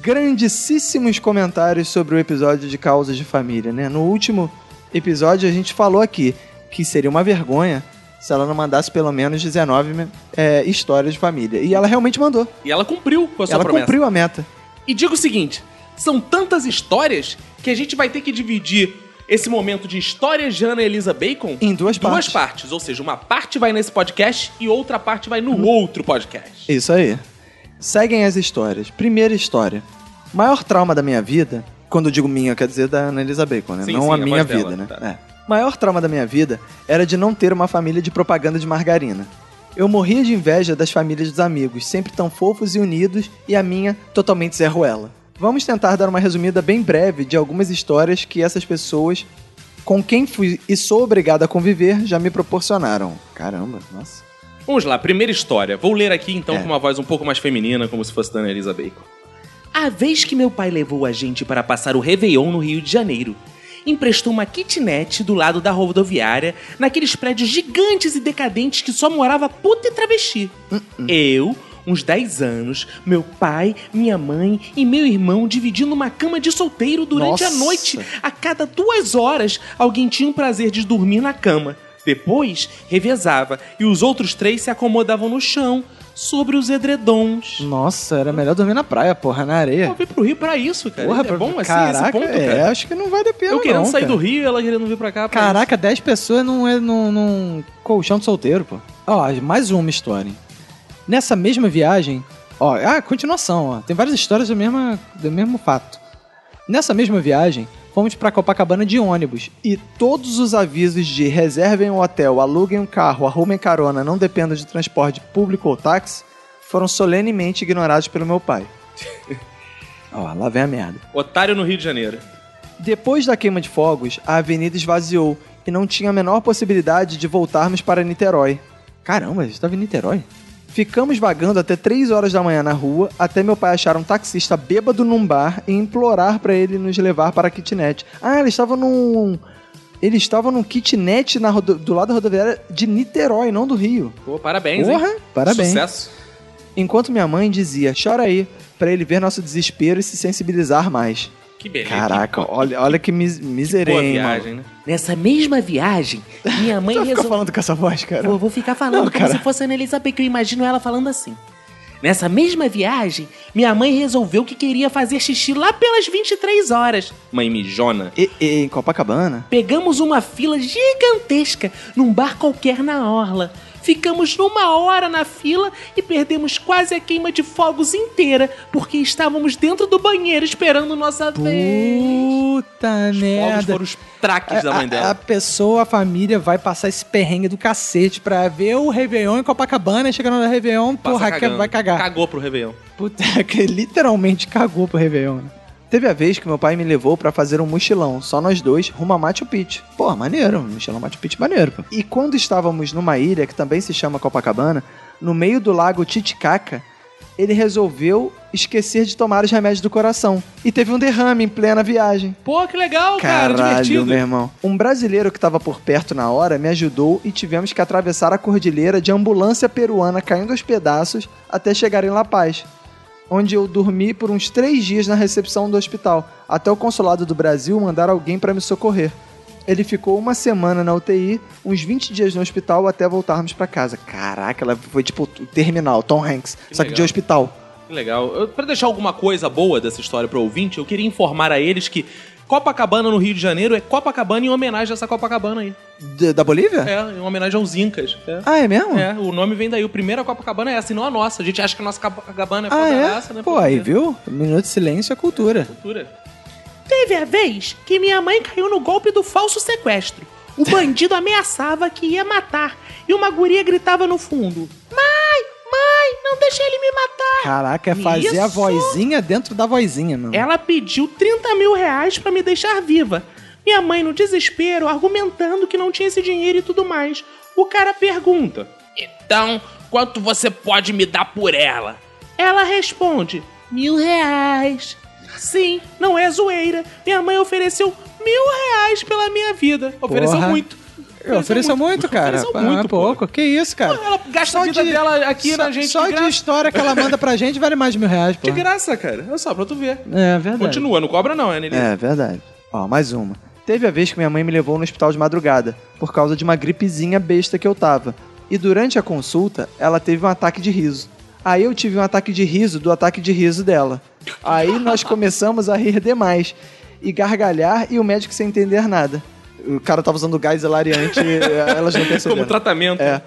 B: grandíssimos comentários sobre o episódio de Causas de Família, né? No último episódio a gente falou aqui que seria uma vergonha se ela não mandasse pelo menos 19 é, histórias de família. E ela realmente mandou.
A: E ela cumpriu com a sua
B: Ela
A: promessa.
B: cumpriu a meta.
A: E digo o seguinte: são tantas histórias que a gente vai ter que dividir esse momento de histórias de Ana Elisa Bacon
B: Em duas
A: duas
B: partes.
A: partes. Ou seja, uma parte vai nesse podcast e outra parte vai no outro podcast.
B: Isso aí. Seguem as histórias. Primeira história. Maior trauma da minha vida, quando eu digo minha, quer dizer da Annalisa Bacon, né?
K: Sim,
B: não
K: sim,
B: a
K: a
B: minha
K: voz
B: vida,
K: dela,
B: né?
K: tá.
B: É. Maior trauma da minha vida era de não ter uma família de propaganda de margarina. Eu morria de inveja das famílias dos amigos, sempre tão fofos e unidos, e a minha totalmente Zé Ruela. Vamos tentar dar uma resumida bem breve de algumas histórias que essas pessoas com quem fui e sou obrigado a conviver já me proporcionaram. Caramba, nossa.
A: Vamos lá, primeira história. Vou ler aqui então com uma voz um pouco mais feminina, como se fosse da Ana Elisa Bacon. A vez que meu pai levou a gente para passar o Réveillon no Rio de Janeiro, emprestou uma kitnet do lado da rodoviária, naqueles prédios gigantes e decadentes que só morava puta e travesti. Eu, uns 10 anos, meu pai, minha mãe e meu irmão dividindo uma cama de solteiro durante a
P: Nossa.
A: noite. A cada duas horas, alguém tinha o prazer de dormir na cama. Depois, revezava e os outros três se acomodavam no chão, sobre os edredons.
B: Hum, Nossa, era melhor dormir na praia, porra, na areia.
A: Eu vim pro Rio pra isso, cara.
B: é. Porra,
A: é bom assim
B: caraca,
A: esse ponto,
B: é,
A: cara.
B: acho que não vai dar pena
A: Eu querendo
B: não,
A: sair
B: cara.
A: do Rio, ela querendo vir pra cá. pra isso.
B: Caraca, 10 pessoas num, é num, num colchão de solteiro, pô. Ó, mais uma história. Nessa mesma viagem, ó, é ah, continuação, ó. Tem várias histórias do mesmo, do mesmo fato. Nessa mesma viagem, fomos para Copacabana de ônibus. E todos os avisos de reservem um hotel, aluguem um carro, arrumem carona, não dependam de transporte público ou táxi, foram solenemente ignorados pelo meu pai. Ó, lá vem a merda.
K: Otário no Rio de Janeiro.
B: Depois da queima de fogos, a avenida esvaziou e não tinha a menor possibilidade de voltarmos para Niterói. Caramba, a gente estava em Niterói? Ficamos vagando até 3 horas da manhã na rua, até meu pai achar um taxista bêbado num bar e implorar para ele nos levar para a kitnet. Ah, ele estava num. Ele estava num kitnet na rodo- do lado da rodoviária de Niterói, não do Rio.
K: Pô, parabéns,
B: Porra,
K: hein?
B: parabéns.
K: Sucesso.
B: Enquanto minha mãe dizia, chora aí, para ele ver nosso desespero e se sensibilizar mais.
K: Que beleza.
B: Caraca, olha, olha que mis miserei,
K: Boa
B: hein,
K: viagem,
B: mano.
K: né?
A: Nessa mesma viagem, minha mãe
B: Tu vai ficar
A: resolveu.
B: falando com essa voz, cara?
A: Vou, vou ficar falando
B: Não,
A: como
B: cara.
A: se fosse a Ana Elizabeth, que eu imagino ela falando assim. Nessa mesma viagem, minha mãe resolveu que queria fazer xixi lá pelas 23 horas.
K: Mãe mijona.
B: E, e- em Copacabana?
A: Pegamos uma fila gigantesca num bar qualquer na orla. Ficamos uma hora na fila e perdemos quase a queima de fogos inteira, porque estávamos dentro do banheiro esperando nossa vez.
C: Puta merda.
K: foram os traques da mãe
C: A-
K: dela.
C: A, pessoa, a família vai passar esse perrengue do cacete pra ver o Réveillon em Copacabana e chegando no Réveillon,
K: Passa
C: porra, que
K: cagando.
C: vai cagar.
K: Cagou pro Réveillon.
B: Puta, que literalmente cagou pro Réveillon. né? Teve a vez que meu pai me levou pra fazer um mochilão, só nós dois, rumo a Machu Picchu. Pô, maneiro, um mochilão Machu Picchu maneiro, pô. E quando estávamos numa ilha, que também se chama Copacabana, no meio do lago Titicaca, ele resolveu esquecer de tomar os remédios do coração. E teve um derrame em plena viagem.
K: Pô, que legal, cara.
B: Caralho,
K: Divertido.
B: meu irmão. Um brasileiro que estava por perto na hora me ajudou e tivemos que atravessar a cordilheira de ambulância peruana caindo aos pedaços até chegar em La Paz, onde eu dormi por uns três dias na recepção do hospital, até o consulado do Brasil mandar alguém para me socorrer. Ele ficou uma semana na UTI, uns 20 dias no hospital até voltarmos para casa. Caraca, ela foi tipo o terminal, Tom Hanks, só que de
K: legal.
B: hospital.
K: Que legal. Eu, pra deixar alguma coisa boa dessa história pro ouvinte, eu queria informar a eles que Copacabana no Rio de Janeiro é Copacabana em homenagem a essa Copacabana aí.
B: D- da Bolívia?
K: É, em homenagem aos Incas.
B: Ah, é mesmo?
K: É, o nome vem daí. O primeiro a Copacabana é essa, e não a nossa. A gente acha que a nossa Copacabana é
B: Ah, é?
K: foda né?
B: Pô, aí viu? Minuto de silêncio é cultura.
K: Cultura.
A: Teve a vez que minha mãe caiu no golpe do falso sequestro. O bandido ameaçava que ia matar e uma guria gritava no fundo: Mãe, mãe, não deixe ele me matar!
C: Caraca, é fazer a
A: Isso.
C: vozinha dentro da vozinha, mano.
A: Ela pediu 30 mil reais pra me deixar viva. Minha mãe, no desespero, argumentando que não tinha esse dinheiro e tudo mais. O cara pergunta:
Q: Então, quanto você pode me dar por ela?
A: Ela responde: mil reais. Sim, não é zoeira. Minha mãe ofereceu mil reais pela minha vida. Ofereceu
C: Porra.
A: muito.
C: Ofereceu, muito, cara.
A: Ofereceu
C: Ah,
A: muito,
C: pouco. Que isso, cara.
K: Ela gasta a vida dela aqui
C: só,
K: na gente,
C: Só
K: de
C: de,
K: graça.
C: história que ela manda pra gente vale mais de mil reais, pô.
K: Que graça, cara. Olha só, pra tu ver.
B: É verdade.
K: Continua, não cobra não, né,
B: É, verdade. Ó, mais uma. Teve a vez que minha mãe me levou no hospital de madrugada, por causa de uma gripezinha besta que eu tava. E durante a consulta, ela teve um ataque de riso. Aí eu tive um ataque de riso do ataque de riso dela. Aí nós começamos a rir demais. E gargalhar e o médico sem entender nada. O cara tava usando gás hilariante e eh, elas não perceberam.
K: Como
A: Tá
K: tratamento. É.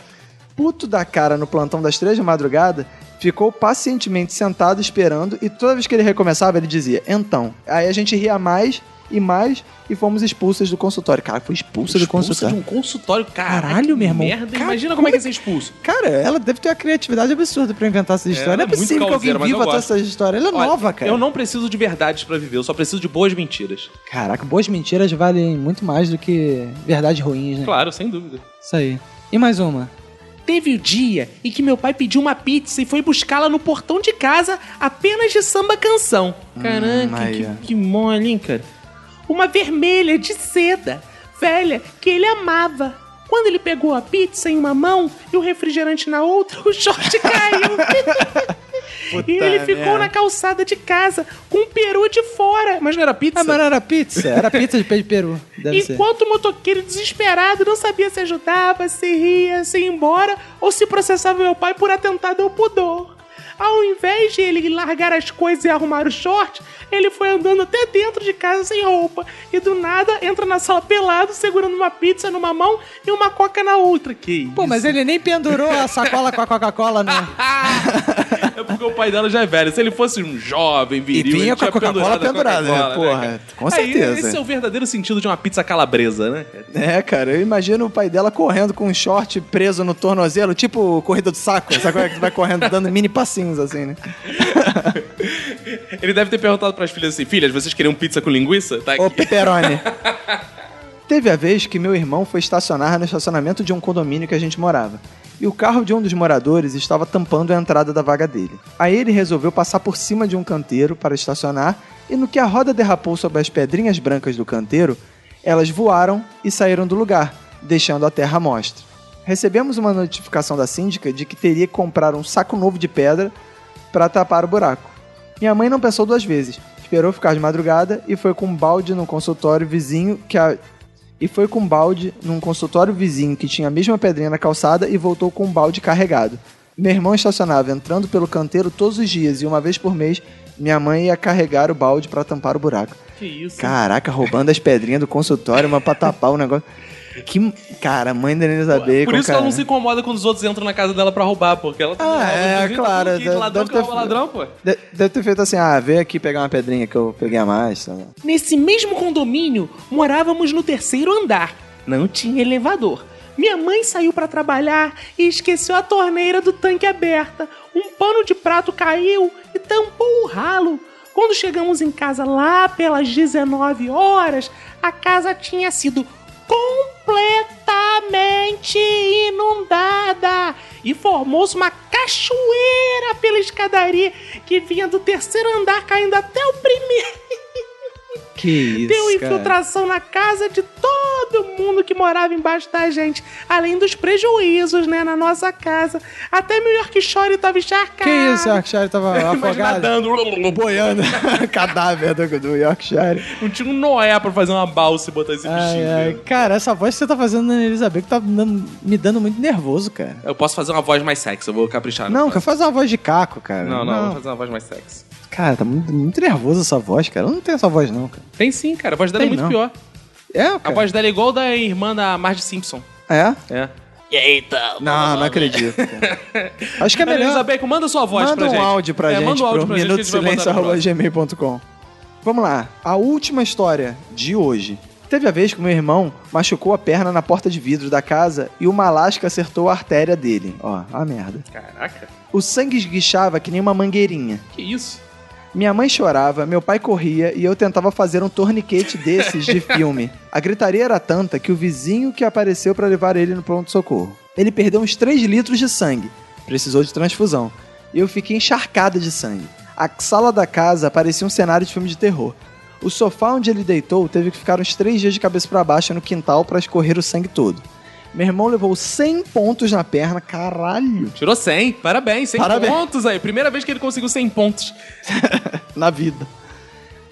B: puto da cara no plantão das três da madrugada, ficou pacientemente sentado esperando e toda vez que ele recomeçava, ele dizia, então. Aí a gente ria mais e mais e fomos expulsas do consultório. Cara, foi expulsa, do
K: de
B: consultório.
K: um consultório, caralho.
B: Caralho, meu irmão.
K: Merda,
B: Cara,
K: imagina como é que ia ser
C: um-
K: expulso.
B: Cara, ela deve ter uma criatividade absurda pra inventar essa história. não é
K: ela muito
B: possível que alguém
K: causeira, mas eu
B: viva todas
K: gosto.
B: essas histórias. Ela é
K: Olha,
B: nova, cara.
K: Eu não preciso de verdades pra viver, eu só preciso de boas mentiras.
C: Caraca, boas mentiras valem muito mais do que verdades ruins, né?
K: Claro, sem dúvida.
C: Isso aí. E mais uma.
A: Teve o dia em que meu pai pediu uma pizza e foi buscá-la no portão de casa apenas de samba canção. Caraca,
K: aí,
A: que,
K: ó.
A: que mole, hein, cara? Uma vermelha de seda, velha, que ele amava. Quando ele pegou a pizza em uma mão e o refrigerante na outra, o short caiu. e ele ficou
C: merda.
A: na calçada de casa com o peru de fora. Mas não era pizza?
C: Ah, mas não era pizza. Era pizza de pé de peru. Deve ser.
A: Enquanto o motoqueiro desesperado não sabia se ajudava, se ria, se ia embora ou se processava meu pai por atentado ao pudor. Ao invés de ele largar as coisas e arrumar o short, ele foi andando até dentro de casa sem roupa e do nada entra na sala pelado segurando uma pizza numa mão e uma coca na outra. Que
C: Pô, mas ele nem pendurou a sacola com a Coca-Cola, né?
A: É porque o pai dela já é velho. Se ele fosse um jovem, viril,
B: vinha
A: ele
B: com a
A: tinha
B: Coca-Cola
A: pendurado a
B: pendurada,
A: Coca-Cola,
B: né, porra,
A: né, cara?
B: com
A: Aí,
B: certeza.
A: esse é o verdadeiro sentido de uma pizza calabresa, né? cara?
B: É, cara, eu imagino o pai dela correndo com um short preso no tornozelo, tipo corrida do saco, sabe como é que tu vai correndo dando mini passinhos assim, né?
A: Ele deve ter perguntado pras filhas assim, filhas, vocês queriam pizza com linguiça? Tá aqui.
B: Ô, pepperoni. Teve a vez que meu irmão foi estacionar no estacionamento de um condomínio que a gente morava. E o carro de um dos moradores estava tampando a entrada da vaga dele. Aí ele resolveu passar por cima de um canteiro para estacionar, e no que a roda derrapou sobre as pedrinhas brancas do canteiro, elas voaram e saíram do lugar, deixando a terra à mostra. Recebemos uma notificação da síndica de que teria que comprar um saco novo de pedra para tapar o buraco. Minha mãe não pensou duas vezes. Esperou ficar de madrugada e foi com um balde num consultório vizinho que a... E foi com um balde num consultório vizinho que tinha a mesma pedrinha na calçada e voltou com um balde carregado. Meu irmão estacionava entrando pelo canteiro todos os dias e uma vez por mês minha mãe ia carregar o balde para tampar o buraco.
A: Que isso?
B: Caraca, roubando as pedrinhas do consultório, mas pra tapar o negócio. Que. Cara, a mãe da Elisa Bacon.
A: Por isso que
B: cara.
A: ela não se incomoda quando os outros entram na casa dela pra roubar, porque ela
B: Ah, é,
A: de-
B: claro.
A: Que
B: deve-
A: ladrão
B: deve
A: que rouba
B: ter-
A: ladrão, pô.
B: de- Deve ter feito assim, ah, vem aqui pegar uma pedrinha que eu peguei a mais. sei lá.
K: Nesse mesmo condomínio, morávamos no terceiro andar. Não tinha elevador. Minha mãe saiu para trabalhar e esqueceu a torneira do tanque aberta. Um pano de prato caiu e tampou o ralo. Quando chegamos em casa lá pelas 19 horas, a casa tinha sido completamente inundada e formou-se uma cachoeira pela escadaria que vinha do terceiro andar caindo até o primeiro.
B: Que isso.
A: um
K: Deu
B: cara.
K: infiltração na casa de todo mundo que morava embaixo da gente. Além dos prejuízos, né, na nossa casa. Até meu Yorkshire tava tá encharcado.
R: Que
B: é
R: isso, Yorkshire tava afogado.
B: boiando. Cadáver do, do Yorkshire.
A: Não tinha um Noé pra fazer uma balsa e botar esse
R: Ai,
A: bichinho.
R: ai,
A: dentro.
R: cara, essa voz que você tá fazendo na Elizabeth tá me dando- me dando muito nervoso, cara.
A: Eu posso fazer uma voz mais sexy, eu vou caprichar.
R: Não, cara, faz uma voz de caco, cara.
A: Não, não, eu vou fazer uma voz mais sexy.
R: Cara, tá muito, muito nervoso essa voz, cara. Eu não tenho essa voz, não, cara.
A: Tem sim, cara. A voz dela
R: Tem
A: é muito
R: não.
A: pior.
R: É, cara.
A: A voz dela é igual da irmã da Marge Simpson.
B: É?
A: É.
B: E aí, então? Não, não acredito. cara. Acho que é melhor.
A: Elisa Bacon, manda sua voz
B: manda
A: pra
B: um
A: gente.
B: áudio pra
A: É,
B: gente.
A: manda um áudio
B: pro
A: pra gente que a gente vai mandar pro próximo.
B: minutosilencio.gmail.com. Vamos lá. A última história de hoje. Teve a vez que meu irmão machucou a perna na porta de vidro da casa e uma lasca acertou a artéria dele. Ó, a merda.
A: Caraca,
B: O sangue esguichava que nem uma mangueirinha.
A: que isso?
B: Minha mãe chorava, meu pai corria e eu tentava fazer um torniquete desses de filme. A gritaria era tanta que o vizinho que apareceu para levar ele no pronto-socorro. Ele perdeu uns 3 litros de sangue, precisou de transfusão. E eu fiquei encharcada de sangue. A sala da casa parecia um cenário de filme de terror. O sofá onde ele deitou teve que ficar uns 3 dias de cabeça para baixo no quintal para escorrer o sangue todo. Meu irmão levou 100 pontos na perna, caralho,
A: Tirou 100. Parabéns, 100
B: Parabéns.
A: pontos aí. Primeira vez que ele conseguiu 100 pontos.
B: na vida.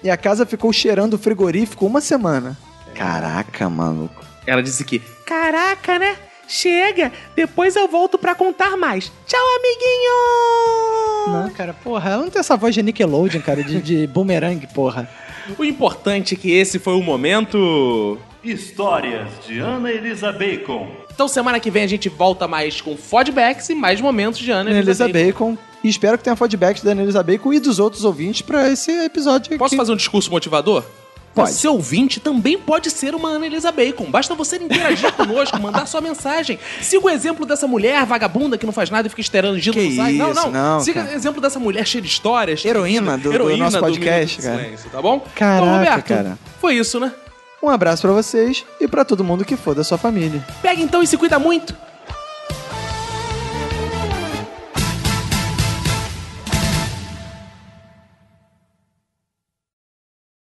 B: E a casa ficou cheirando o frigorífico uma semana. Caraca, maluco.
A: Ela disse que
K: Caraca, né? Chega, depois eu volto pra contar mais. Tchau, amiguinho!
R: Não, cara, porra, ela não tem essa voz de Nickelodeon, cara, de, de boomerang, porra.
A: o importante é que esse foi o momento.
S: Histórias de Ana Elisa Bacon.
A: Então semana que vem a gente volta mais com feedbacks e mais momentos de Ana e
B: Nelisa
A: Elisa Bacon.
B: Bacon. E espero que tenha feedback da Nelisa Bacon e dos outros ouvintes pra esse episódio aqui.
A: Posso fazer um discurso motivador?
B: Pode.
A: Você ouvinte também pode ser uma Ana Elisa Bacon. Basta você interagir conosco, mandar sua mensagem. Siga o exemplo dessa mulher vagabunda que não faz nada e fica esterando giro no site. Não,
B: isso,
A: não.
B: não,
A: Siga
B: cara.
A: o exemplo dessa mulher cheia de histórias.
B: Heroína do- do nosso podcast,
A: Minuto do
B: cara.
A: Silêncio, tá bom?
B: Caraca,
A: então, Roberto,
B: cara.
A: foi isso, né?
B: Um abraço pra vocês e pra todo mundo que for da sua família.
A: Pega então e se cuida muito.